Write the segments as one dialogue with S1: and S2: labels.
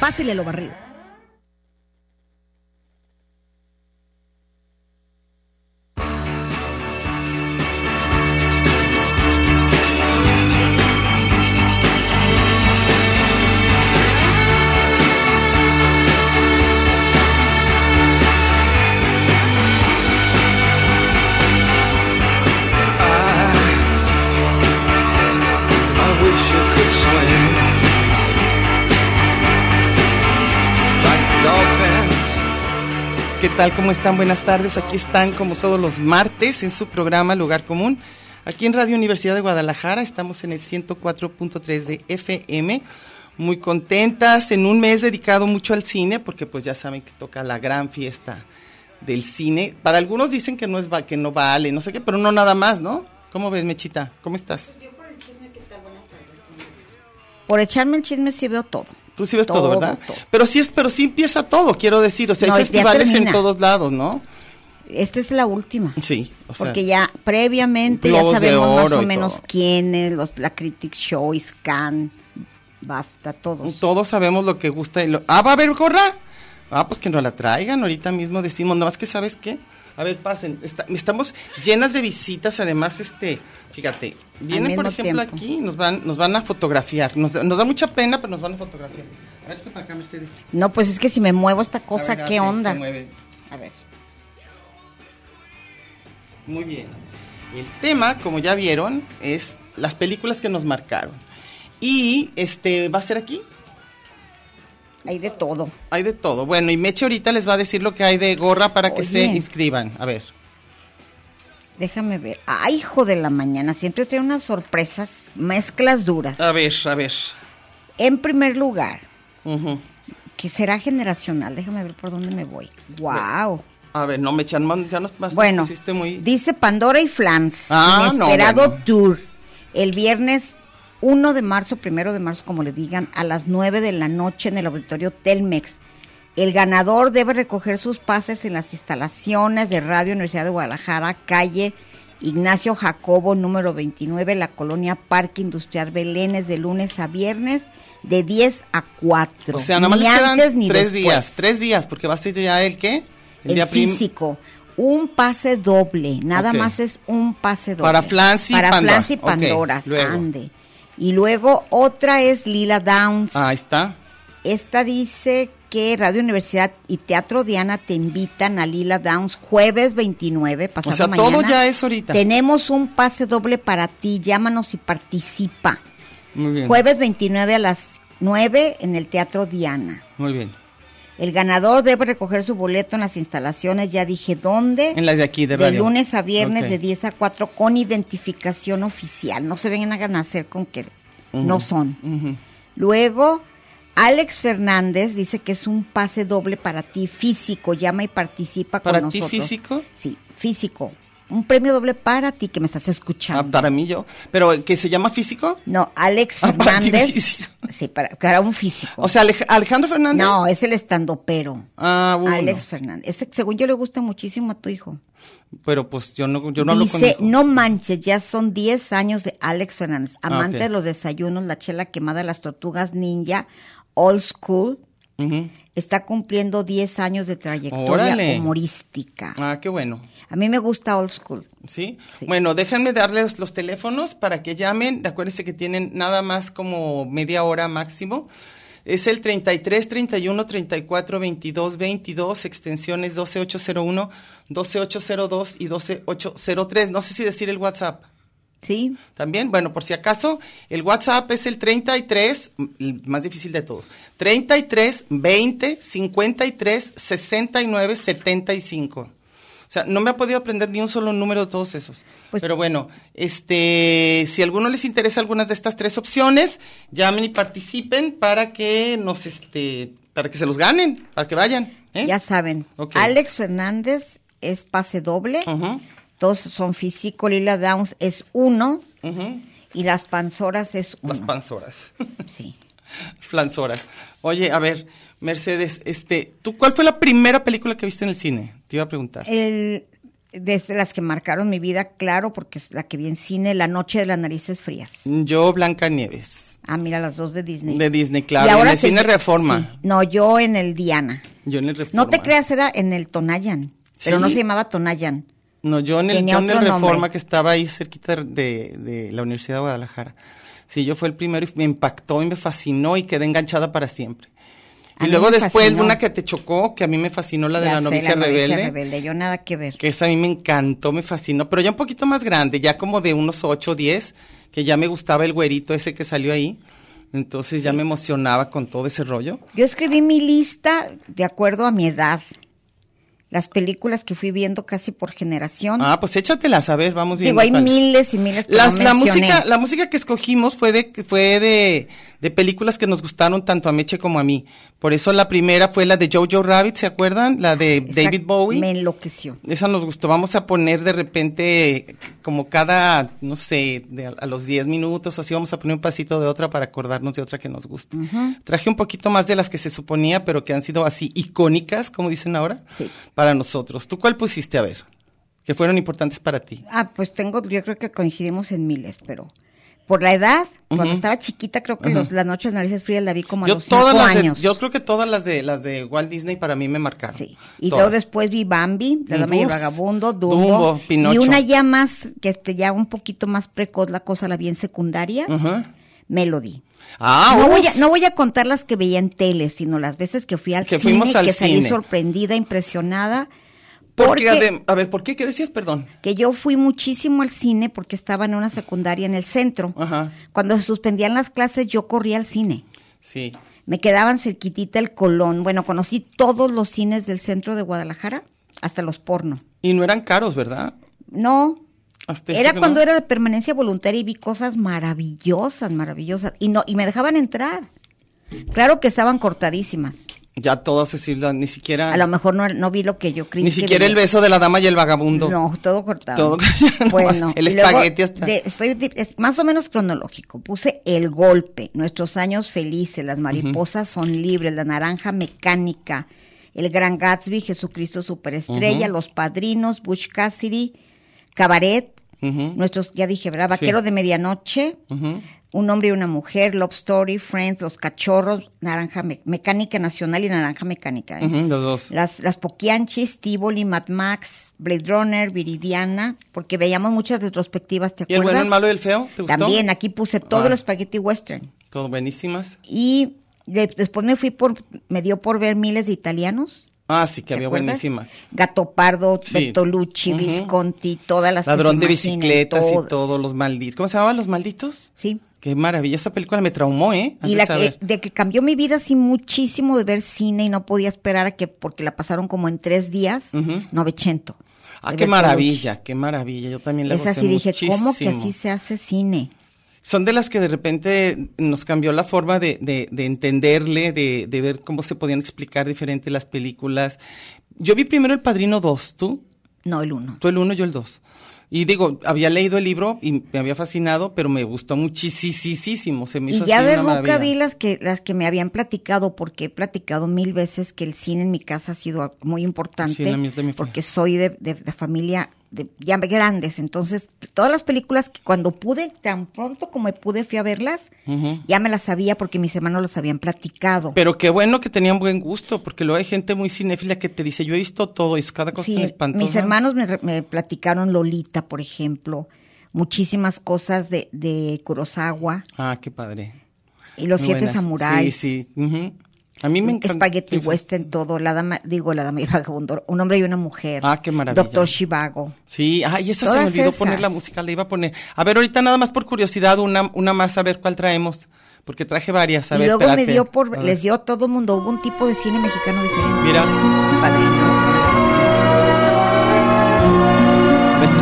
S1: Pásele lo barrido.
S2: I wish I could swim like dolphins.
S3: ¿Qué tal? ¿Cómo están? Buenas tardes. Aquí están como todos los martes en su programa Lugar Común. Aquí en Radio Universidad de Guadalajara estamos en el 104.3 de FM. Muy contentas en un mes dedicado mucho al cine porque pues ya saben que toca la gran fiesta del cine. Para algunos dicen que no es va- que no vale, no sé qué, pero no nada más, ¿no? ¿Cómo ves, Mechita? ¿Cómo estás?
S1: Por echarme el chisme sí veo todo.
S3: Tú sí ves todo,
S1: Todo,
S3: ¿verdad?
S1: todo.
S3: Pero sí es, pero sí empieza todo, quiero decir, o sea,
S1: No,
S3: hay
S1: ya
S3: festivales en
S1: termina.
S3: todos lados, ¿no?
S1: Esta es la última.
S3: Sí, o sea,
S1: Porque ya previamente ya
S3: Globos de
S1: sabemos más
S3: Oro
S1: o
S3: y
S1: menos
S3: todo.
S1: quiénes, los, la Critics Choice, Cannes, BAFTA, todos.
S3: todos sabemos lo que gusta y lo... Ah, va a haber gorra. Ah, pues que no la traigan, ahorita mismo decimos, no más que sabes qué. A ver, pasen, Está- estamos llenas de visitas, además, este, fíjate, vienen por
S1: mismo
S3: ejemplo
S1: tiempo.
S3: aquí, nos van, nos van a fotografiar, nos, da- nos da mucha pena, pero nos van a fotografiar. A ver, esto para acá, Mercedes.
S1: No, pues es que si me muevo esta
S3: A
S1: cosa,
S3: ver, ah,
S1: ¿qué
S3: sí,
S1: onda?
S3: se mueve.
S1: A ver.
S3: Muy bien. El tema, como ya vieron, es las películas que nos marcaron. Y este va a ser aquí.
S1: Hay de todo.
S3: Hay de todo. Bueno, y Meche ahorita les va a decir lo que hay de gorra para que se
S1: Oye.
S3: inscriban. A ver.
S1: Déjame ver. Ay, hijo de la mañana. Siempre trae unas sorpresas, mezclas duras.
S3: A ver, a ver.
S1: En primer lugar,
S3: Ujú.
S1: que será generacional. Déjame ver por dónde me voy. Wow.
S3: A ver, no, Meche, ya nos ya nos- más
S1: Bueno,
S3: hiciste muy...
S1: dice Pandora y Flams.
S3: Ah, no,
S1: Inesperado
S3: bueno.
S1: Tour. El viernes 1 de marzo, primero de marzo, como le digan, a las 9 de la noche en el auditorio Telmex. El ganador debe recoger sus pases en las instalaciones de Radio Universidad de Guadalajara, calle Ignacio Jacobo, número 29, la colonia Parque Industrial Belénes, de lunes a viernes, de 10 a 4.
S3: o sea, nada más
S1: Ni
S3: les quedan
S1: antes ni
S3: tres
S1: después
S3: días. Tres días, porque va a ser ya el qué?
S1: el
S3: día prim-
S1: físico. Un pase doble, nada
S3: Ok.
S1: más es un pase doble.
S3: Para Flancy y
S1: Para
S3: Pandora.
S1: Flancy y
S3: Ok,
S1: Pandoras,
S3: luego.
S1: ande. Y luego otra es Lila Downs.
S3: Ah, ahí está.
S1: Esta dice que Radio Universidad y Teatro Diana te invitan a Lila Downs jueves 29, pasado
S3: O sea,
S1: mañana.
S3: todo ya es ahorita.
S1: Tenemos un pase doble para ti, llámanos y participa.
S3: Muy bien.
S1: Jueves 29 a las 9 en el Teatro Diana.
S3: Muy bien.
S1: El ganador debe recoger su boleto en las instalaciones, ya dije dónde.
S3: En las de aquí, de radio.
S1: lunes a viernes
S3: Ok.
S1: de 10 a 4 con identificación oficial. No se vengan a hacer con que no son.
S3: Ujú.
S1: Luego, Alex Fernández dice que es un pase doble para ti físico. Llama y participa
S3: ¿Para ti
S1: con nosotros.
S3: físico?
S1: Sí, físico. Un premio doble para ti que me estás
S3: Ah,
S1: escuchando.
S3: para mí yo. Pero, eh, ¿que se llama físico?
S1: No, Alex
S3: Ah, para ti
S1: Fernández.
S3: físico.
S1: sí, para, para un físico.
S3: O sea, Alej- Alejandro Fernández.
S1: no, es el estandopero.
S3: Ah, bueno.
S1: Alex Fernández. Ese, según yo le gusta muchísimo a tu hijo.
S3: Pero pues yo no, yo no hablo con mi
S1: Dice,
S3: hijo.
S1: no manches, ya son 10 años de Alex Fernández. Amante
S3: Ah, ok.
S1: de los desayunos, la chela quemada, las tortugas ninja, old school.
S3: Ujú.
S1: Está cumpliendo 10 años de trayectoria
S3: Órale.
S1: humorística.
S3: Ah, qué bueno.
S1: A mí me gusta old school.
S3: ¿Sí?
S1: Sí.
S3: Bueno, déjenme darles los teléfonos para que llamen. Acuérdense que tienen nada más como media hora máximo. Es el 33 31 34 22 22, extensiones 12801, 12802 y 12803. No sé si decir el WhatsApp.
S1: ¿Sí?
S3: También, bueno, por si acaso, el WhatsApp es el 33, el más difícil de todos, 33 20 53 69 75. O sea, no me ha podido aprender ni un solo número de todos esos.
S1: Pues-
S3: Pero bueno, este, si a alguno les interesa algunas de estas tres opciones, llamen y participen para que nos, este, para que se los ganen, para que vayan. ¿eh?
S1: Ya saben.
S3: Ok.
S1: Alex Fernández es pase doble.
S3: Ujú,
S1: Todos son físico. Lila Downs es uno.
S3: ujú.
S1: Y las panzoras es uno.
S3: Las panzoras.
S1: Sí.
S3: Flanzora. Oye, a ver, Mercedes, este, ¿tú cuál fue la primera película que viste en el cine? Te iba a preguntar.
S1: Eh. El, desde las que marcaron mi vida, claro, porque es la que vi en cine, La Noche de las Narices Frías.
S3: Yo, Blanca Nieves,
S1: Ah, mira, las dos de Disney.
S3: de Disney,
S1: Y
S3: claro, en el
S1: se
S3: cine
S1: lle-
S3: Reforma.
S1: sí. No, yo en el Diana.
S3: Yo en el Reforma.
S1: No te creas, era en el Tonayan. Pero
S3: Sí.
S1: no se llamaba Tonayan.
S3: No, yo en el,
S1: Tenía
S3: yo en el
S1: otro
S3: Reforma
S1: nombre.
S3: que estaba ahí cerquita de, de la Universidad de Guadalajara. Sí, yo fue el primero y me impactó y me fascinó y quedé enganchada para siempre.
S1: A
S3: Y
S1: mí
S3: luego
S1: me
S3: después
S1: fascinó.
S3: una que te chocó, que a mí me fascinó, la de
S1: Ya
S3: la
S1: sé,
S3: novicia rebelde.
S1: Yo nada que ver.
S3: que esa a mí me encantó, me fascinó, pero ya un poquito más grande, ya como de unos 8 o 10, que ya me gustaba el güerito ese que salió ahí, entonces ya me emocionaba con todo ese rollo.
S1: Yo escribí mi lista de acuerdo a mi edad. Las películas que fui viendo casi por generación.
S3: Ah, pues échatelas, a ver, vamos bien.
S1: Digo, hay miles y miles que
S3: Las,
S1: no
S3: la,
S1: mencioné.
S3: música, la música que escogimos fue de fue de, de películas que nos gustaron tanto a Meche como a mí. Por eso la primera fue la de Jojo Rabbit, ¿se acuerdan? La de
S1: Esa
S3: David Bowie.
S1: Me enloqueció.
S3: Esa nos gustó. Vamos a poner de repente, eh, como cada, no sé, de a, a los 10 minutos, así vamos a poner un pasito de otra para acordarnos de otra que nos gusta. Traje un poquito más de las que se suponía, pero que han sido así icónicas, como dicen ahora,
S1: Sí.
S3: para nosotros. ¿Tú cuál pusiste a ver? Que fueron importantes para ti.
S1: Ah, pues tengo, yo creo que coincidimos en miles, pero por la edad, cuando
S3: Ujú.
S1: estaba chiquita, creo que
S3: Ujú.
S1: los, la noche de las narices frías la vi como a
S3: Yo
S1: los cinco
S3: todas las de-
S1: años.
S3: yo creo que todas las de las de Walt Disney para mí me marcaron.
S1: Sí. Y
S3: Todas.
S1: luego después vi Bambi, La Dama y el
S3: Uf,
S1: Vagabundo, Dumbo,
S3: Dumbo, Pinocho.
S1: y una ya más, que este, ya un poquito más precoz la cosa, la vi en secundaria,
S3: Ujú.
S1: Melody.
S3: Ah,
S1: no,
S3: uf.
S1: voy a, no voy a contar las que veía en tele, sino las veces que fui al
S3: Que
S1: cine,
S3: fuimos al
S1: que salí
S3: cine.
S1: sorprendida, impresionada,
S3: Porque
S1: porque-
S3: adem- a ver, ¿por qué? ¿Qué decías? Perdón.
S1: que yo fui muchísimo al cine porque estaba en una secundaria en el centro.
S3: Ajá.
S1: Cuando se suspendían las clases, yo corría al cine.
S3: Sí.
S1: Me quedaban cerquitita el Colón. Bueno, conocí todos los cines del centro de Guadalajara, hasta los porno.
S3: Y no eran caros, ¿verdad?
S1: No,
S3: Hasta eso
S1: era
S3: que no.
S1: cuando era de permanencia voluntaria y vi cosas maravillosas, maravillosas. Y no, y me dejaban entrar. Claro que estaban cortadísimas.
S3: Ya todas así, la- ni siquiera.
S1: A lo mejor no, no vi lo que yo creí.
S3: Ah. Ni
S1: que
S3: siquiera el
S1: veía.
S3: beso de la dama y el vagabundo.
S1: No, todo cortado.
S3: Todo- ya nomás el
S1: y luego
S3: espagueti hasta-
S1: de- estoy di- es más o menos cronológico. Puse el golpe, nuestros años felices, las mariposas son libres, la naranja mecánica, el gran Gatsby, Jesucristo superestrella, los padrinos, Bush Cassidy, Cabaret,
S3: Ujú,
S1: nuestros, ya dije, ¿verdad? Vaquero
S3: Sí.
S1: de medianoche,
S3: ujú.
S1: un hombre y una mujer, Love Story, Friends, Los Cachorros, Naranja Me- Mecánica Nacional y Naranja Mecánica. ¿eh?
S3: Ujú, los dos.
S1: Las, las Poquianchis, Tivoli, Mad Max, Blade Runner, Viridiana, porque veíamos muchas retrospectivas, ¿te
S3: ¿Y el
S1: acuerdas?
S3: bueno, el malo y el feo? ¿Te gustó?
S1: También, aquí puse todo
S3: Ah.
S1: el spaghetti western.
S3: Todo buenísimas.
S1: Y de- después me fui por, me dio por ver miles de italianos.
S3: Ah, sí, que
S1: ¿te
S3: había
S1: acuerdas?
S3: buenísimas.
S1: Gato Pardo,
S3: Sí.
S1: Bertolucci,
S3: Ujú.
S1: Visconti, todas las que
S3: Ladrón
S1: se
S3: de
S1: imaginen,
S3: bicicletas
S1: todas.
S3: y todos los malditos. ¿Cómo se llamaban los malditos?
S1: Sí.
S3: Qué maravillosa película, me traumó, ¿eh? Has
S1: Y
S3: de
S1: la que,
S3: saber.
S1: de que cambió mi vida así muchísimo de ver cine y no podía esperar a que, porque la pasaron como en tres días,
S3: Ujú.
S1: 900.
S3: Ah,
S1: de
S3: qué
S1: Bertolucci.
S3: maravilla, qué maravilla. Yo también la
S1: Es
S3: gocé
S1: así, dije, ¿cómo que
S3: muchísimo.
S1: así se hace cine?
S3: Son de las que de repente nos cambió la forma de, de- de entenderle, de, de ver cómo se podían explicar diferente las películas. Yo vi primero El Padrino 2, ¿tú?
S1: No, el uno.
S3: Tú el 1, yo el 2. Y digo, había leído el libro y me había fascinado, pero me gustó muchísimo. Se me hizo
S1: Y ya
S3: así
S1: de
S3: una maravilla.
S1: nunca vi las que, las que me habían platicado, porque he platicado mil veces que el cine en mi casa ha sido muy importante,
S3: Sí, en la mía también fue.
S1: porque soy de, de- de familia de, ya grandes, entonces todas las películas que cuando pude, tan pronto como pude fui a verlas,
S3: Ujú.
S1: ya me las sabía porque mis hermanos los habían platicado.
S3: Pero qué bueno que tenían buen gusto, porque luego hay gente muy cinéfila que te dice, yo he visto todo, y es cada cosa
S1: Sí,
S3: tan espantosa.
S1: mis hermanos me, re- me platicaron Lolita, por ejemplo, muchísimas cosas de, de Kurosawa.
S3: Ah, qué padre.
S1: Y los
S3: Muy
S1: siete
S3: buenas.
S1: samuráis.
S3: Sí, sí. ujú. A mí me encanta.
S1: Spaghetti
S3: Sí,
S1: Western, todo, la dama, digo, la dama y el vagabundo, un hombre y una mujer.
S3: Ah, qué maravilla.
S1: Doctor Shivago.
S3: Sí, ay, esa se
S1: Todas
S3: me olvidó
S1: esas.
S3: poner la música, le iba a poner. A ver, ahorita nada más por curiosidad, una, una más, a ver cuál traemos, porque traje varias, a
S1: Y
S3: ver,
S1: luego me
S3: espérate.
S1: dio
S3: A
S1: por,
S3: ver.
S1: les dio a todo mundo, hubo un tipo de cine mexicano diferente.
S3: Mira,
S1: Padrino.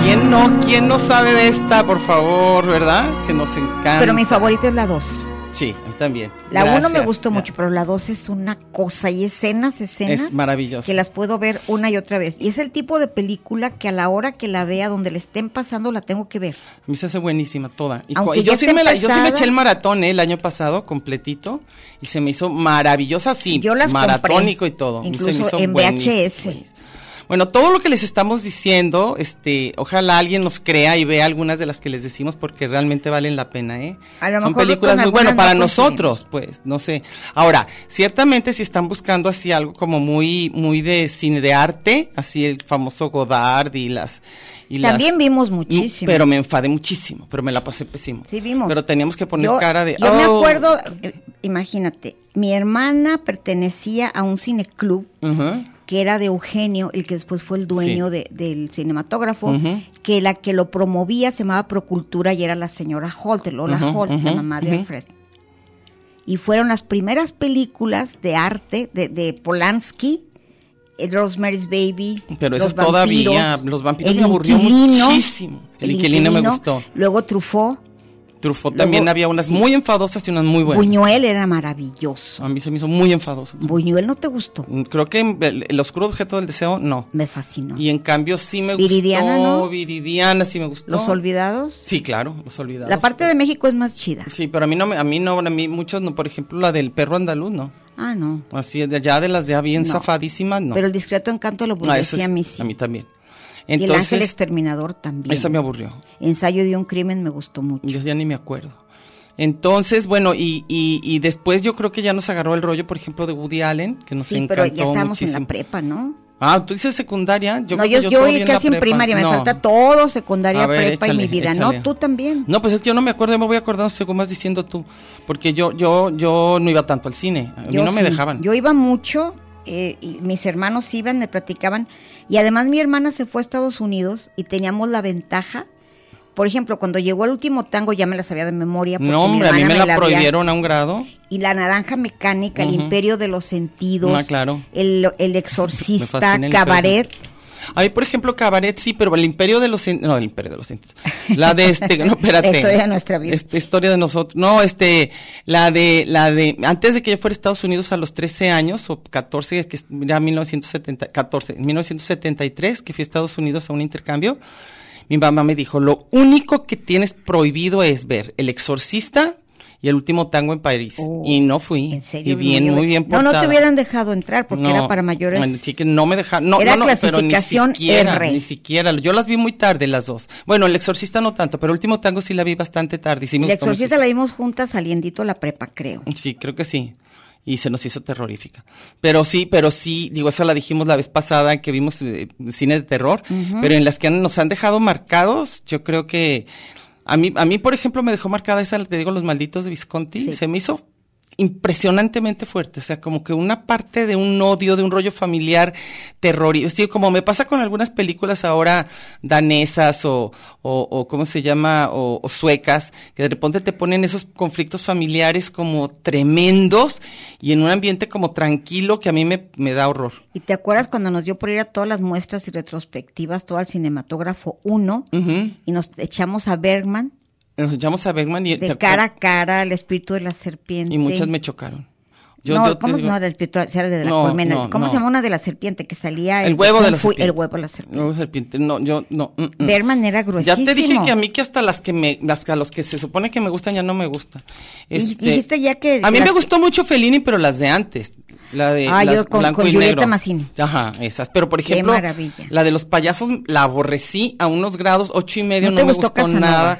S3: ¿quién no, quién no sabe de esta, por favor, verdad? Que nos encanta.
S1: Pero mi favorita es la 2.
S3: Sí, a mí también.
S1: La 1 me
S3: Gracias.
S1: gustó
S3: Ya.
S1: mucho, pero la 2 es una cosa y escenas, escenas.
S3: Es maravilloso.
S1: Que las puedo ver una y otra vez. Y es el tipo de película que a la hora que la vea, donde le estén pasando, la tengo que ver.
S3: A mí se hace buenísima toda. Y
S1: Aunque
S3: cua- y
S1: ya
S3: yo, sí
S1: esté
S3: me la- yo sí me
S1: pasada.
S3: eché el maratón eh, el año pasado completito y se me hizo maravillosa, sí,
S1: Yo las compré,
S3: maratónico y todo. A mí se me
S1: incluso
S3: hizo
S1: en
S3: buenísimo,
S1: VHS.
S3: buenísimo. Bueno, todo lo que les estamos diciendo, este, ojalá alguien nos crea y vea algunas de las que les decimos porque realmente valen la pena, ¿eh?
S1: A lo
S3: Son
S1: mejor
S3: películas
S1: con
S3: muy buenas
S1: algunas
S3: para
S1: no
S3: nosotros, pues, no sé. Ahora, ciertamente si están buscando así algo como muy muy de cine de arte, así el famoso Godard y las y las-
S1: También vimos
S3: Mm,
S1: muchísimo.
S3: Pero me enfadé muchísimo, pero me la pasé pésimo.
S1: Sí, vimos.
S3: Pero teníamos que poner
S1: yo,
S3: cara de.
S1: Yo me
S3: "Oh".
S1: acuerdo, eh, imagínate, mi hermana pertenecía a un cineclub
S3: Ujú.
S1: que era de Eugenio, el que después fue el dueño
S3: Sí.
S1: de- del cinematógrafo,
S3: Ujú.
S1: que la que lo promovía se llamaba Procultura y era la señora Holt, Lola
S3: Ujú,
S1: Holt, la
S3: ujú,
S1: mamá de
S3: ujú.
S1: Alfred. Y fueron las primeras películas de arte de, de Polanski, eh, Rosemary's Baby.
S3: Pero
S1: Los
S3: esas todavía,
S1: Vampiros,
S3: los vampiros
S1: El
S3: me aburrió
S1: Inquilino,
S3: muchísimo. El Inquilino me gustó.
S1: Luego Truffaut,
S3: Truffaut
S1: Luego,
S3: también había unas
S1: sí.
S3: muy enfadosas y unas muy buenas.
S1: Buñuel era maravilloso.
S3: A mí se me hizo muy enfadoso.
S1: Buñuel no te gustó.
S3: Mm, Creo que el, el oscuro objeto del deseo, no.
S1: Me fascinó.
S3: Y en cambio sí me
S1: Viridiana,
S3: gustó.
S1: ¿no?
S3: Viridiana sí me gustó.
S1: Los olvidados.
S3: Sí, claro, los olvidados. pues.
S1: La parte de México es más chida.
S3: Sí, pero a mí no, me- a mí no, a mí muchos no, por ejemplo la del perro andaluz, no.
S1: Ah, no.
S3: Así, de- ya de las ya bien
S1: No.
S3: zafadísimas, no.
S1: Pero el discreto encanto lo
S3: Ah, eso
S1: burlesía
S3: es-
S1: a mí sí.
S3: a mí también.
S1: y el ángel
S3: Entonces,
S1: exterminador también.
S3: esa me aburrió.
S1: Ensayo de un crimen me gustó mucho.
S3: Yo ya ni me acuerdo. Entonces, bueno, y, y, y después yo creo que ya nos agarró el rollo, por ejemplo, de Woody Allen, que nos
S1: sí,
S3: encantó
S1: pero ya estábamos en
S3: muchísimo.
S1: la prepa, ¿no?
S3: Ah, tú dices secundaria. Yo
S1: no,
S3: creo
S1: yo,
S3: que
S1: yo,
S3: todavía
S1: voy
S3: la
S1: casi en
S3: prepa.
S1: primaria,
S3: No.
S1: me falta todo, secundaria,
S3: A ver,
S1: prepa y mi
S3: échale,
S1: vida.
S3: échale.
S1: No, tú también.
S3: No, pues es que yo no me acuerdo, yo me voy acordando según vas diciendo tú, porque yo yo yo no iba tanto al cine, a mí
S1: Yo
S3: no me
S1: sí,
S3: dejaban.
S1: Yo iba mucho, eh, y mis hermanos iban, me platicaban. Y además mi hermana se fue a Estados Unidos y teníamos la ventaja. Por ejemplo, cuando llegó el último tango ya me la sabía de memoria. porque
S3: no,
S1: mi
S3: hombre, a mí
S1: hermana
S3: me la,
S1: había-
S3: prohibieron a un grado.
S1: Y la naranja mecánica, el
S3: Ujú.
S1: imperio de los sentidos.
S3: Ah, claro.
S1: El, el
S3: Me
S1: exorcista,
S3: fascina el
S1: cabaret.
S3: A mí, por ejemplo, Cabaret sí, pero el Imperio de los Cien- no, el Imperio de los Cien- La de este, no, espérate.
S1: La historia de nuestra vida.
S3: Este, historia de nosotros. No, este, la de la de antes de que yo fuera a Estados Unidos a los 13 años o 14, que es- ya 1970, 14, en 1973 que fui a Estados Unidos a un intercambio. Mi mamá me dijo, "Lo único que tienes prohibido es ver El exorcista y El último tango en París."
S1: Oh,
S3: y no fui.
S1: En serio.
S3: y
S1: no,
S3: bien,
S1: yo-
S3: muy bien
S1: No, no te
S3: portada.
S1: hubieran dejado entrar porque era
S3: No,
S1: para mayores.
S3: Sí, que no me dejaron. No,
S1: Era
S3: no, no, pero ni
S1: clasificación
S3: siquiera,
S1: R.
S3: ni siquiera. Yo las vi muy tarde, las dos. Bueno, El Exorcista no tanto, pero Último Tango sí la vi bastante tarde. y Sí me
S1: el
S3: gustó
S1: exorcista
S3: muchísimo.
S1: la vimos juntas saliendito a la prepa, creo.
S3: Sí, creo que sí. Y se nos hizo terrorífica. Pero sí, pero sí, digo, eso la dijimos la vez pasada que vimos eh, cine de terror, pero en las que han- nos han dejado marcados, yo creo que a mí, a mí, por ejemplo, me dejó marcada esa, te digo, Los Malditos de Visconti,
S1: Sí.
S3: se me hizo impresionantemente fuerte, o sea, como que una parte de un odio, de un rollo familiar terrorífico, sí, como me pasa con algunas películas ahora danesas o, o, o ¿cómo se llama? O, o suecas, que de repente te ponen esos conflictos familiares como tremendos y en un ambiente como tranquilo que a mí me, me da horror.
S1: ¿Y te acuerdas cuando nos dio por ir a todas las muestras y retrospectivas, todo al cinematógrafo 1,
S3: Ujú.
S1: y nos echamos a Bergman
S3: Nos echamos a Bergman y, ¿te
S1: de
S3: acuer-
S1: cara a cara, el espíritu de la serpiente?
S3: y muchas me chocaron. Yo-
S1: no,
S3: yo te
S1: ¿cómo
S3: digo-
S1: no? El espíritu de- era de la
S3: No,
S1: colmena.
S3: no,
S1: ¿Cómo
S3: no.
S1: se llama una de la serpiente que salía?
S3: El huevo de la
S1: fu- El
S3: serpiente.
S1: huevo de la serpiente.
S3: No, serpiente, no, yo no. mm, mm.
S1: Berman era gruesísimo.
S3: Ya te dije que a mí que hasta las que me, las que a los que se supone que me gustan ya no me gustan.
S1: Y dijiste ya que
S3: A mí
S1: las
S3: me
S1: que-
S3: gustó mucho Fellini, pero las de antes. La de
S1: Ah,
S3: las
S1: yo con-
S3: blanco
S1: con
S3: y
S1: Julieta
S3: negro.
S1: Mazzini.
S3: Ajá, esas. Pero por
S1: Qué
S3: ejemplo,
S1: maravilla.
S3: la de los payasos la aborrecí a unos grados, ocho y medio,
S1: ¿No
S3: no,
S1: te
S3: me
S1: gustó
S3: gustó
S1: Casanova?
S3: nada.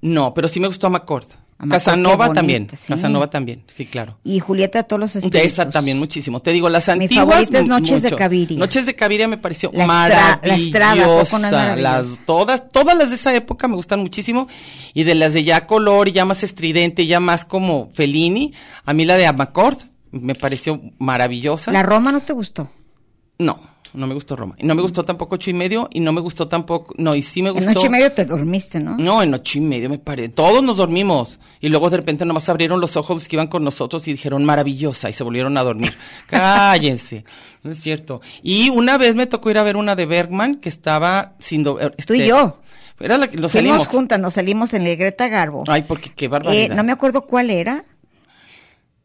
S3: No, pero sí me gustó Macord.
S1: Amapola,
S3: Casanova
S1: qué bonita,
S3: también.
S1: sí.
S3: Casanova también, sí, claro.
S1: Y Julieta de todos los
S3: De
S1: espíritus.
S3: esa también muchísimo. Te digo, las
S1: Mi
S3: antiguas.
S1: favorita es
S3: mu-
S1: Noches de Caviria.
S3: Noches de Caviria me pareció
S1: La estra- la
S3: maravillosa.
S1: Estrada, ¿a poco no es maravillosa?
S3: las, todas, todas las de esa época me gustan muchísimo. Y de las de ya color, ya más estridente, ya más como Fellini, a mí la de Amacord me pareció maravillosa.
S1: La Roma no te gustó.
S3: No, no me gustó Roma. Y No me gustó tampoco ocho y medio y no me gustó tampoco. No, y sí me
S1: En
S3: gustó.
S1: noche y medio te dormiste, ¿no?
S3: No, en ocho y medio me paré. Todos nos dormimos. Y luego de repente nomás abrieron los ojos los que iban con nosotros y dijeron maravillosa y se volvieron a dormir. Cállense. No es cierto. Y una vez me tocó ir a ver una de Bergman que estaba sin do-
S1: Tú y
S3: este,
S1: yo.
S3: Era la que lo
S1: Fuimos
S3: salimos.
S1: juntas, nos salimos en la Greta Garbo.
S3: Ay, porque qué
S1: Eh,
S3: barbaridad.
S1: no me acuerdo cuál era.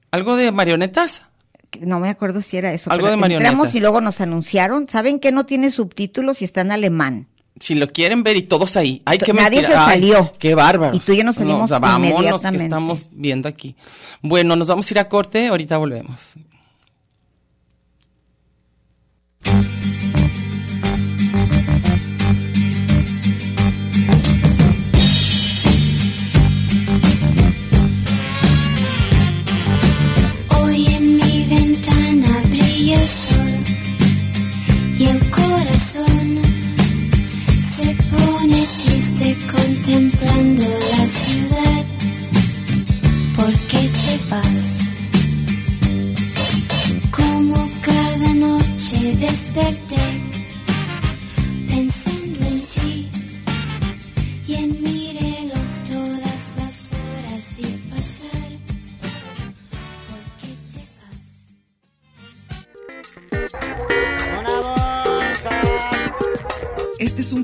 S3: ¿Algo de marionetas?
S1: No me acuerdo si era eso.
S3: Algo
S1: pero
S3: de
S1: Entramos
S3: marionetas.
S1: y luego nos anunciaron. ¿Saben que no tiene subtítulos y está en alemán?
S3: Si lo quieren ver y todos ahí. Ay,
S1: To-
S3: qué
S1: nadie
S3: mentira.
S1: se
S3: Ay,
S1: salió.
S3: Qué bárbaro.
S1: Y tú y yo nos salimos
S3: vámonos que
S1: inmediatamente.
S3: estamos viendo aquí. Bueno, nos vamos a ir a corte, ahorita volvemos.
S4: Hoy en mi ventana brilla el sol y el corazón se pone triste contemplando la ciudad. ¿Por qué te vas? Como cada noche desperté pensando en ti y en mi reloj todas las horas vi pasar. ¿Por qué te vas?
S5: Este es un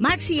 S1: Marx y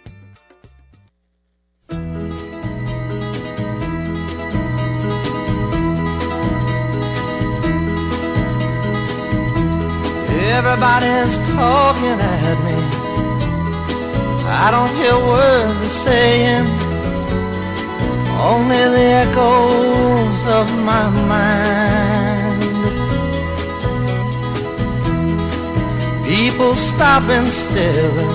S6: Everybody's talking at me. I don't hear words they're saying, only the echoes of my mind. People stopping still.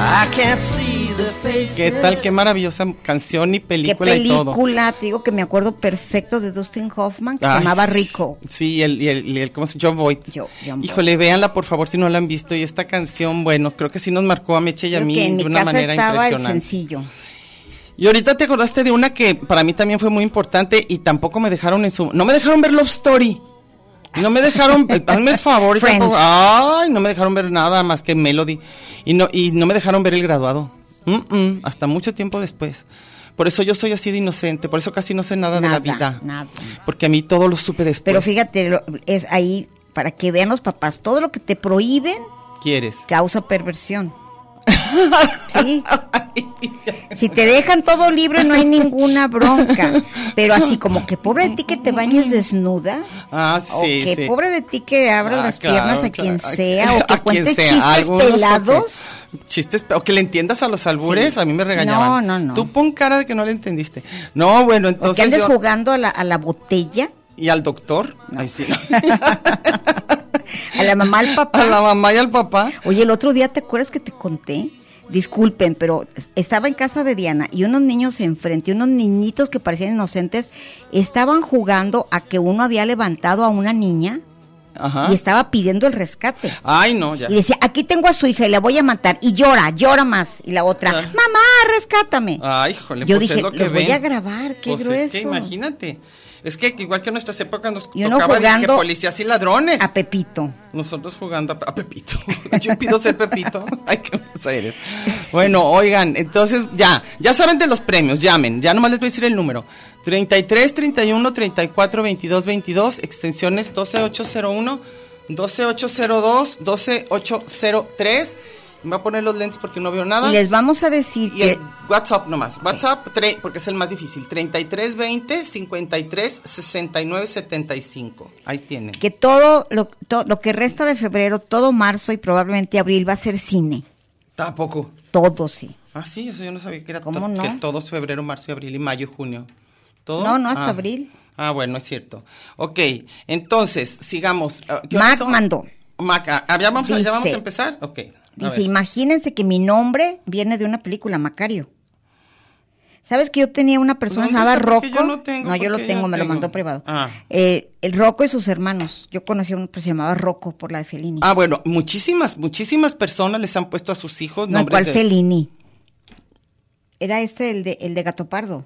S6: I can't see their faces.
S3: ¿Qué tal? Qué maravillosa canción y
S1: ¿Qué
S3: película, y todo.
S1: película? Te digo que me acuerdo perfecto de Dustin Hoffman, que se
S3: Ay,
S1: llamaba Rico.
S3: Sí, el, y el, y el- ¿cómo se llama? John Voight.
S1: Yo- John Voight.
S3: Híjole, véanla por favor si no la han visto. Y esta canción, bueno, creo que sí nos marcó a Meche y a
S1: Creo
S3: mí
S1: que en
S3: de
S1: mi
S3: una
S1: casa
S3: manera
S1: estaba el
S3: impresionante.
S1: sencillo.
S3: Y ahorita te acordaste de una que para mí también fue muy importante y tampoco me dejaron en su... No me dejaron ver Love Story. No me dejaron, eh, hazme el favor. y
S1: Friends.
S3: tampoco- ay, no me dejaron ver nada más que Melody. Y no, y no me dejaron ver el graduado. Mm, mm, hasta mucho tiempo después. Por eso yo soy así de inocente, por eso casi no sé nada, de la vida. Pues
S1: nada.
S3: Porque a mí todo lo supe después.
S1: Pero fíjate, lo- es ahí para que vean los papás, todo lo que te prohíben
S3: ¿Quieres?
S1: causa perversión. Sí. Si te dejan todo libre no hay ninguna bronca, pero así como que pobre de ti que te bañes desnuda,
S3: Ah,
S1: o
S3: sí,
S1: que
S3: sí.
S1: Oh, pobre de ti que abras
S3: Ah,
S1: las
S3: claro,
S1: piernas a
S3: claro,
S1: quien
S3: a-
S1: sea o
S3: a
S1: que
S3: quien
S1: cuentes
S3: sea,
S1: chistes
S3: algunos o que-
S1: pelados.
S3: Chistes, pe- o que le entiendas a los albures,
S1: Sí.
S3: a mí me regañaban.
S1: No, no, no.
S3: Tú pon cara de que no le entendiste. No, bueno,
S1: O que
S3: entonces
S1: andes
S3: yo-
S1: jugando a la, a la botella,
S3: y al doctor, Ay, sí, no.
S1: a la mamá, al papá.
S3: a la mamá y al papá.
S1: Oye, el otro día, ¿te acuerdas que te conté? Disculpen, pero es- estaba en casa de Diana y unos niños enfrente, unos niñitos que parecían inocentes, estaban jugando a que uno había levantado a una niña
S3: Ajá.
S1: y estaba pidiendo el rescate.
S3: Ay, no, ya.
S1: Y decía, aquí tengo a su hija y la voy a matar. Y llora, llora más. Y la otra,
S3: Ah.
S1: mamá, rescátame.
S3: Ay, híjole,
S1: Yo
S3: pues
S1: dije,
S3: es lo que
S1: "Los voy
S3: ven".
S1: a grabar, qué
S3: Pues Es que
S1: grueso.
S3: imagínate. Es que igual que en nuestras épocas nos
S1: Y uno
S3: tocaba dizque,
S1: jugando
S3: policías y ladrones.
S1: A Pepito.
S3: Nosotros jugando a, a Pepito. Yo pido ser Pepito. Ay, qué mensa eres. Bueno, oigan, entonces ya, ya saben de los premios, llamen. Ya nomás les voy a decir el número. 33 31 34 22 22, extensiones 12801, 12802, 12803. Me voy a poner los lentes porque no veo nada.
S1: Y les vamos a decir
S3: Y
S1: que
S3: el WhatsApp nomás. WhatsApp, tre- porque es el más difícil. 3320 53 69 75. Ahí tienen.
S1: que todo lo, to- lo que resta de febrero, todo marzo y probablemente abril va a ser cine.
S3: Tampoco.
S1: Todo sí.
S3: Ah, sí, eso yo no sabía que era
S1: ¿Cómo
S3: to-
S1: no?
S3: que todos febrero, marzo, abril y mayo, junio. ¿Todo?
S1: No, no, hasta
S3: Ah.
S1: abril.
S3: Ah, bueno, es cierto. Ok, entonces, sigamos. Ah, ¿qué
S1: Mac
S3: pasó?
S1: mandó.
S3: Mac, ah, ah, ¿ya, vamos a, ¿ya vamos a
S1: Dice-
S3: empezar? Ok. a
S1: Dice,
S3: ver.
S1: imagínense que mi nombre viene de una película, Macario. ¿Sabes que yo tenía una persona
S3: ¿Dónde
S1: llamada
S3: está?
S1: Rocco?
S3: Porque yo Pues no tengo,
S1: yo lo
S3: porque yo
S1: tengo, me lo
S3: tengo.
S1: mandó privado.
S3: Ah.
S1: Eh, el Rocco y sus hermanos. Yo conocí a uno que se llamaba Rocco por la de Fellini.
S3: Ah, bueno, muchísimas, muchísimas personas les han puesto a sus hijos
S1: no,
S3: nombres
S1: ¿cuál
S3: de...
S1: Fellini? Era este el de, el de Gato Pardo.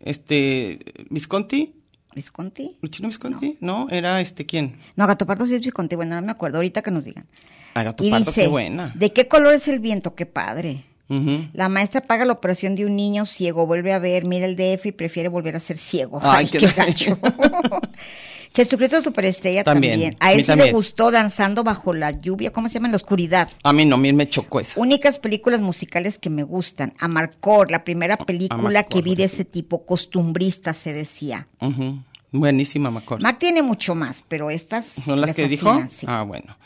S3: Este, Visconti,
S1: ¿Visconti?
S3: Luchino Visconti, ¿no? Era este, ¿quién?
S1: No, Gato Pardo sí es Visconti. Bueno, no me acuerdo. Ahorita que nos digan.
S3: Agato
S1: Y
S3: Ah, Pardo,
S1: dice,
S3: qué buena.
S1: ¿de qué color es el viento? ¡Qué padre!
S3: Ujú.
S1: La maestra paga la operación de un niño ciego, vuelve a ver, mira el DF y prefiere volver a ser ciego.
S3: Ay,
S1: Ay,
S3: qué
S1: qué,
S3: daño.
S1: gacho. Jesucristo Superestrella
S3: También,
S1: también.
S3: a
S1: A
S3: mí
S1: él sí
S3: también.
S1: le gustó Danzando bajo la lluvia, ¿cómo se llama? En la oscuridad.
S3: A mí no, a mí me chocó esa.
S1: Únicas películas musicales que me gustan. Amarcor, la primera película
S3: Amarcord,
S1: que vi de
S3: buenísimo.
S1: ese tipo, costumbrista se decía.
S3: Ujú. Buenísima, me acuerdo.
S1: Mac tiene mucho más, pero estas...
S3: ¿Son las
S1: le
S3: que dijo?
S1: fascinan, sí.
S3: Ah, bueno.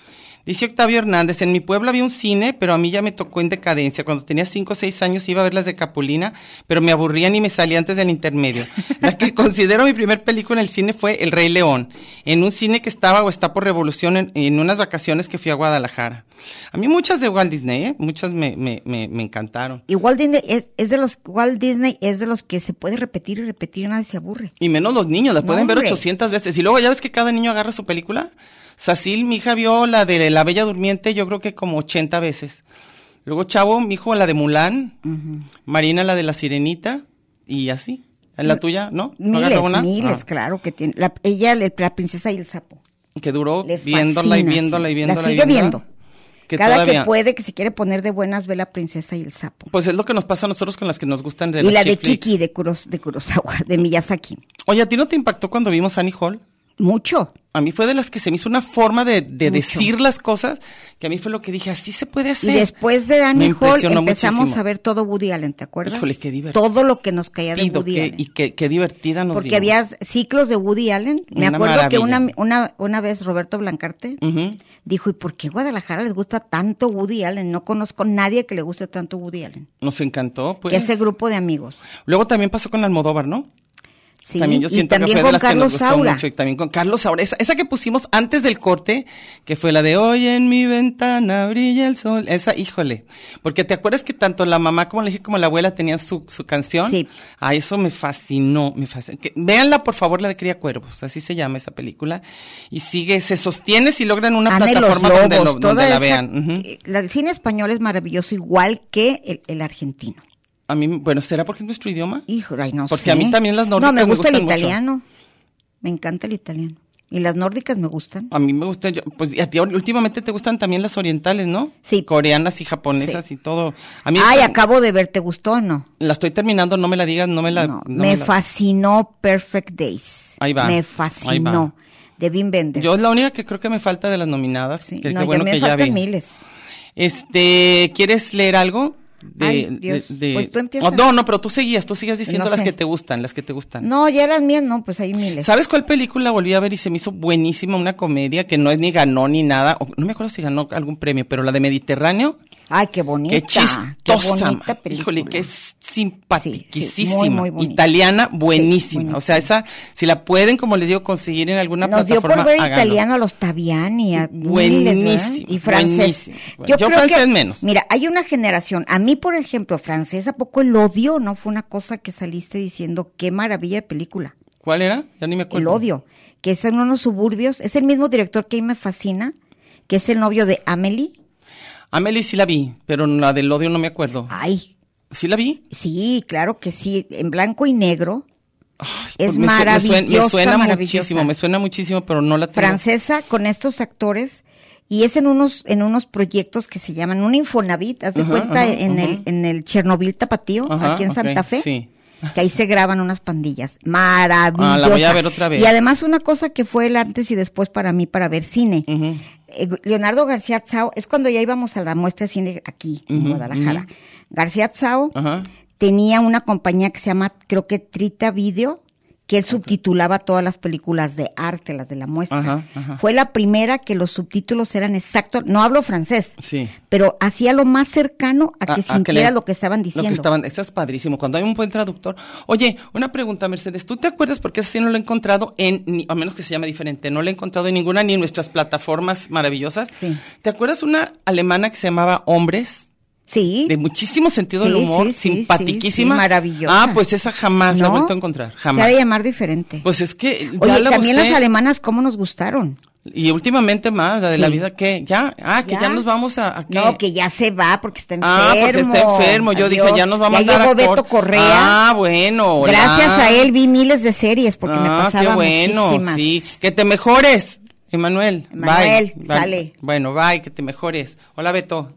S3: Dice Octavio Hernández, en mi pueblo había un cine, pero a mí ya me tocó en decadencia. Cuando tenía 5 o 6 años iba a ver las de Capulina, pero me aburrían y me salía antes del intermedio. La que considero mi primer película en el cine fue El Rey León, en un cine que estaba o está por revolución en, en unas vacaciones que fui a Guadalajara. A mí muchas de Walt Disney, ¿eh? muchas me, me, me, me encantaron.
S1: Y Walt Disney es, es de los, Walt Disney es de los que se puede repetir y repetir y nadie se aburre.
S3: Y menos los niños, las
S1: No,
S3: pueden ver
S1: hombre.
S3: 800 veces. Y luego ya ves que cada niño agarra su película. Sacil, mi hija, vio la de La Bella Durmiente, yo creo que como 80 veces. Luego Chavo, mi hijo, la de Mulán. Marina, la de La Sirenita. Y así. La tuya, ¿no? ¿No
S1: Miles,
S3: agarró una?
S1: miles,
S3: Ah,
S1: claro que tiene. La- ella, le- la princesa y el sapo.
S3: que duró
S1: Le
S3: viéndola y
S1: fascina,
S3: viéndola y
S1: sí. La
S3: viéndola. y
S1: sigue
S3: viéndola,
S1: viendo.
S3: Que
S1: Cada
S3: todavía-
S1: que puede, que se quiere poner de buenas, ve la princesa y el sapo.
S3: Pues es lo que nos pasa a nosotros con las que nos gustan de
S1: y
S3: las
S1: la de
S3: chick flicks.
S1: Kiki de, Kuros- de Kurosawa, de Miyazaki.
S3: Oye, ¿a ti no te impactó cuando vimos Annie Hall?
S1: Mucho.
S3: A mí fue de las que se me hizo una forma de, de
S1: Mucho.
S3: decir las cosas, que a mí fue lo que dije, así se puede hacer.
S1: Y después de
S3: Me
S1: Danny Hall
S3: impresionó
S1: empezamos
S3: muchísimo.
S1: a ver todo Woody Allen, ¿te acuerdas?
S3: Híjole, qué divertido.
S1: Todo lo que nos caía de
S3: Divertido,
S1: Woody
S3: qué-
S1: Allen.
S3: y qué, qué divertida nos
S1: Porque
S3: dimos.
S1: había ciclos de Woody Allen. Me
S3: Una
S1: acuerdo que una,
S3: maravilla. Mm.
S1: una, una vez Roberto Blancarte
S3: Ujú.
S1: dijo, ¿y por qué Guadalajara les gusta tanto Woody Allen? No conozco nadie que le guste tanto Woody Allen.
S3: Nos encantó, pues.
S1: Que ese grupo de amigos.
S3: Luego también pasó con Almodóvar, ¿no?
S1: Sí,
S3: también yo siento
S1: y también
S3: que fue de
S1: con
S3: las que nos
S1: Carlos
S3: gustó
S1: Saura.
S3: mucho. Y también con Carlos Saura. Esa, esa que pusimos antes del corte, que fue la de Hoy en mi ventana brilla el sol. Esa, híjole. Porque te acuerdas que tanto la mamá como la hija como la abuela tenían su, su canción.
S1: Sí.
S3: A eso me fascinó, me fascinó. Que- véanla, por favor, la de Cría Cuervos. Así se llama esa película. Y sigue, se sostiene si logran una
S1: Ana y los
S3: plataforma
S1: Lobos,
S3: donde, lo-
S1: toda
S3: donde la
S1: esa-
S3: vean. Ujú.
S1: eh, la- El cine español es maravilloso, igual que el, el argentino.
S3: A mí, bueno, ¿será porque es nuestro idioma?
S1: Hijo, ay, no
S3: Porque
S1: sé.
S3: a mí también las
S1: No, me
S3: nórdicas me
S1: gusta el
S3: gustan mucho.
S1: italiano. Me encanta el italiano. Y las nórdicas me gustan.
S3: A mí me gusta, yo- pues y a ti ahor- últimamente te gustan también las orientales, ¿no?
S1: Sí.
S3: Coreanas y japonesas y todo. A mí
S1: Ay,
S3: esa-
S1: acabo de ver, ¿te gustó o no?
S3: la estoy terminando, no me la digas, no me la.
S1: No,
S3: no
S1: me
S3: me la-
S1: fascinó Perfect Days.
S3: Ahí va, ahí
S1: Me
S3: va.
S1: fascinó. De Wim Wenders.
S3: Yo es la única que creo que me falta de las nominadas.
S1: Sí,
S3: que,
S1: no,
S3: qué
S1: yo-
S3: bueno
S1: me
S3: que ya
S1: faltan
S3: vi.
S1: miles.
S3: Este, ¿quieres leer algo? De,
S1: Ay, Dios.
S3: de- de-
S1: Pues tú empieza.
S3: Oh, no, no, pero tú seguías, tú sigas diciendo
S1: No
S3: las
S1: sé.
S3: que te gustan, las que te gustan.
S1: No, ya las mías no, pues hay miles.
S3: ¿Sabes cuál película volví a ver y se me hizo buenísima? Una comedia que no es ni ganó ni nada. o- no me acuerdo si ganó algún premio, pero la de Mediterráneo.
S1: Ay, qué bonita.
S3: Qué chistosa.
S1: Qué
S3: man.
S1: bonita película.
S3: Híjole, que es
S1: Sí,
S3: simpaticísima.
S1: sí, muy, muy bonita.
S3: italiana, buenísima.
S1: buenísima.
S3: o sea, esa, si la pueden, como les digo, conseguir en alguna
S1: Nos dio
S3: plataforma,
S1: por ver
S3: háganlo.
S1: italiano a los Taviani, a
S3: Buenísimo,
S1: miles, ¿verdad? y francés.
S3: buenísimo. Yo
S1: creo
S3: francés
S1: que-
S3: menos.
S1: Mira, hay una generación. A mí, por ejemplo, francés, ¿a poco el odio no fue una cosa que saliste diciendo qué maravilla de película?
S3: ¿Cuál era? Ya ni me acuerdo.
S1: El odio. que es en unos suburbios. Es el mismo director que a mí me fascina, que es el novio de Amelie.
S3: Amelie sí la vi, pero la del odio no me acuerdo.
S1: Ay,
S3: ¿Sí la vi?
S1: sí, claro que sí, en blanco y negro.
S3: Pues
S1: es
S3: me su- me suen-
S1: maravillosa,
S3: Me suena,
S1: maravillosa.
S3: muchísimo, me suena muchísimo, pero no la tengo.
S1: francesa con estos actores y es en unos en unos proyectos que se llaman un Infonavit, haz de
S3: Ajá,
S1: cuenta
S3: ajá,
S1: en el
S3: ajá.
S1: en el Chernobyl Tapatío
S3: Ajá,
S1: aquí en
S3: ok,
S1: Santa Fe.
S3: sí.
S1: Que ahí se graban unas pandillas. Maravillosa.
S3: Ah, la voy a ver otra vez.
S1: Y además una cosa que fue el antes y después para mí para ver cine.
S3: Ujú.
S1: Eh, Leonardo García Tsao es cuando ya íbamos a la muestra de cine aquí en
S3: Ujú,
S1: Guadalajara.
S3: ujú.
S1: García Tsao
S3: Ajá.
S1: tenía una compañía que se llama, creo que Trita Video, que él subtitulaba todas las películas de arte, las de la muestra.
S3: Ajá, ajá.
S1: Fue la primera que los subtítulos eran exactos, no hablo francés,
S3: Sí.
S1: pero hacía lo más cercano a
S3: A-
S1: que
S3: a que
S1: sintiera
S3: le-
S1: lo que estaban
S3: Lo
S1: diciendo.
S3: que estaban, eso es padrísimo. Cuando hay un buen traductor. Oye, una pregunta, Mercedes. ¿Tú te acuerdas? Porque eso sí no lo he encontrado en, ni- a menos que se llame diferente, no lo he encontrado en ninguna ni en nuestras plataformas maravillosas.
S1: Sí.
S3: ¿Te acuerdas una alemana que se llamaba Hombres?
S1: Sí.
S3: De muchísimo sentido del
S1: Sí,
S3: humor,
S1: sí, sí,
S3: simpaticísima.
S1: sí, sí, maravillosa.
S3: Ah, pues esa jamás la he
S1: ¿No?
S3: vuelto a encontrar.
S1: Se
S3: Jamás.
S1: ha de llamar diferente.
S3: Pues es que ya
S1: Oye,
S3: la
S1: también
S3: busqué,
S1: las alemanas, ¿cómo nos gustaron?
S3: y últimamente más, la de la
S1: Sí.
S3: vida que ya, ah, que ya,
S1: ¿Ya?
S3: nos vamos a, a qué?
S1: No, que ya se va porque está enfermo.
S3: Ah, porque está enfermo. Yo dije,
S1: Adiós.
S3: ya nos va a mandar
S1: llegó
S3: a
S1: Beto
S3: corte.
S1: Correa.
S3: Ah, bueno. hola.
S1: Gracias a él vi miles de series porque me
S3: ah,
S1: pasaba
S3: qué bueno,
S1: muchísimas.
S3: sí. Que te mejores, Emanuel. bye.
S1: Emanuel,
S3: Bye.
S1: sale.
S3: Bueno, bye, que te mejores. Hola, Beto.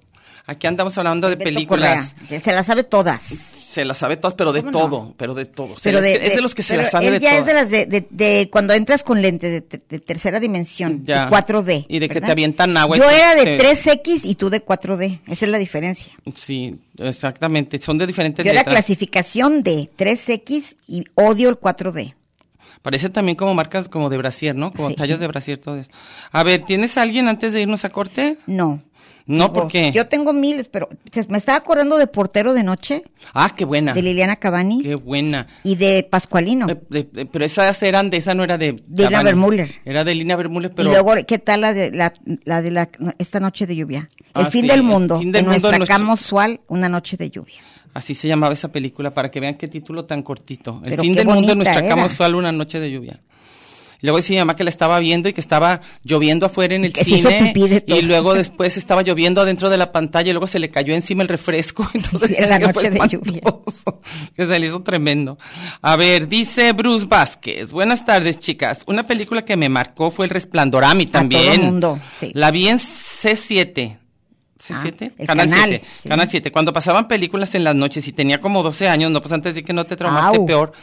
S3: Aquí andamos hablando de
S1: Beto
S3: películas.
S1: Correa, que se las sabe todas.
S3: Se las sabe todas, pero de
S1: ¿Cómo no?
S3: todo, pero de todo. Se las- es de los que se
S1: pero
S3: las sabe
S1: él
S3: de
S1: ya
S3: todas.
S1: es de las de, de- de cuando entras con lente de, te- de tercera dimensión, de
S3: Ya.
S1: 4D.
S3: Y de que
S1: ¿verdad?
S3: te avientan agua y
S1: Yo
S3: te-
S1: era de
S3: te-
S1: 3X y tú de 4D. Esa es la diferencia.
S3: Sí, exactamente. Son de diferentes
S1: Yo era
S3: letras.
S1: clasificación de 3X y odio el 4D.
S3: Parece también como marcas como de brasier, ¿no? Como
S1: Sí.
S3: tallas de brasier, todo eso. A ver, ¿tienes alguien antes de irnos a corte?
S1: No.
S3: No,
S1: Digo,
S3: porque...
S1: Yo tengo miles, pero te- me estaba acordando de Portero de Noche,
S3: Ah, qué buena.
S1: de Liliana Cavani
S3: Qué buena.
S1: y de Pascualino.
S3: Eh, de- de- pero esas eran de, esa no era de...
S1: Lina
S3: Cavani.
S1: Vermüller.
S3: Era de Lina Vermüller, pero...
S1: y luego, ¿qué tal la de la, la de la, no, esta noche de lluvia? El
S3: Ah,
S1: fin
S3: sí,
S1: del
S3: el
S1: mundo,
S3: fin del
S1: en
S3: mundo,
S1: nuestra
S3: nuestro-
S1: cama usual, una noche de lluvia.
S3: Así se llamaba esa película, para que vean qué título tan cortito. El
S1: Pero
S3: fin
S1: qué
S3: del mundo
S1: bonita
S3: en nuestra
S1: era.
S3: cama usual, una noche de lluvia. Y luego decía mi mamá que la estaba viendo y que estaba lloviendo afuera en
S1: Y
S3: el
S1: que se
S3: cine.
S1: hizo pipí de todo.
S3: y luego después estaba lloviendo adentro de la pantalla y luego se le cayó encima el refresco. Entonces
S1: Sí, era la
S3: que fue
S1: noche de lluvia.
S3: espantoso, Que se le hizo tremendo. A ver, dice Bruce Vázquez. Buenas tardes, chicas. Una película que me marcó fue El Resplandor. A mí
S1: todo
S3: también.
S1: mundo, sí.
S3: La vi en C7.
S1: Ah,
S3: C7,
S1: el
S3: Canal,
S1: canal,
S3: 7,
S1: sí.
S3: Canal 7. Cuando pasaban películas en las noches y tenía como 12 años, no, pues antes de que no te traumaste
S1: Au.
S3: peor.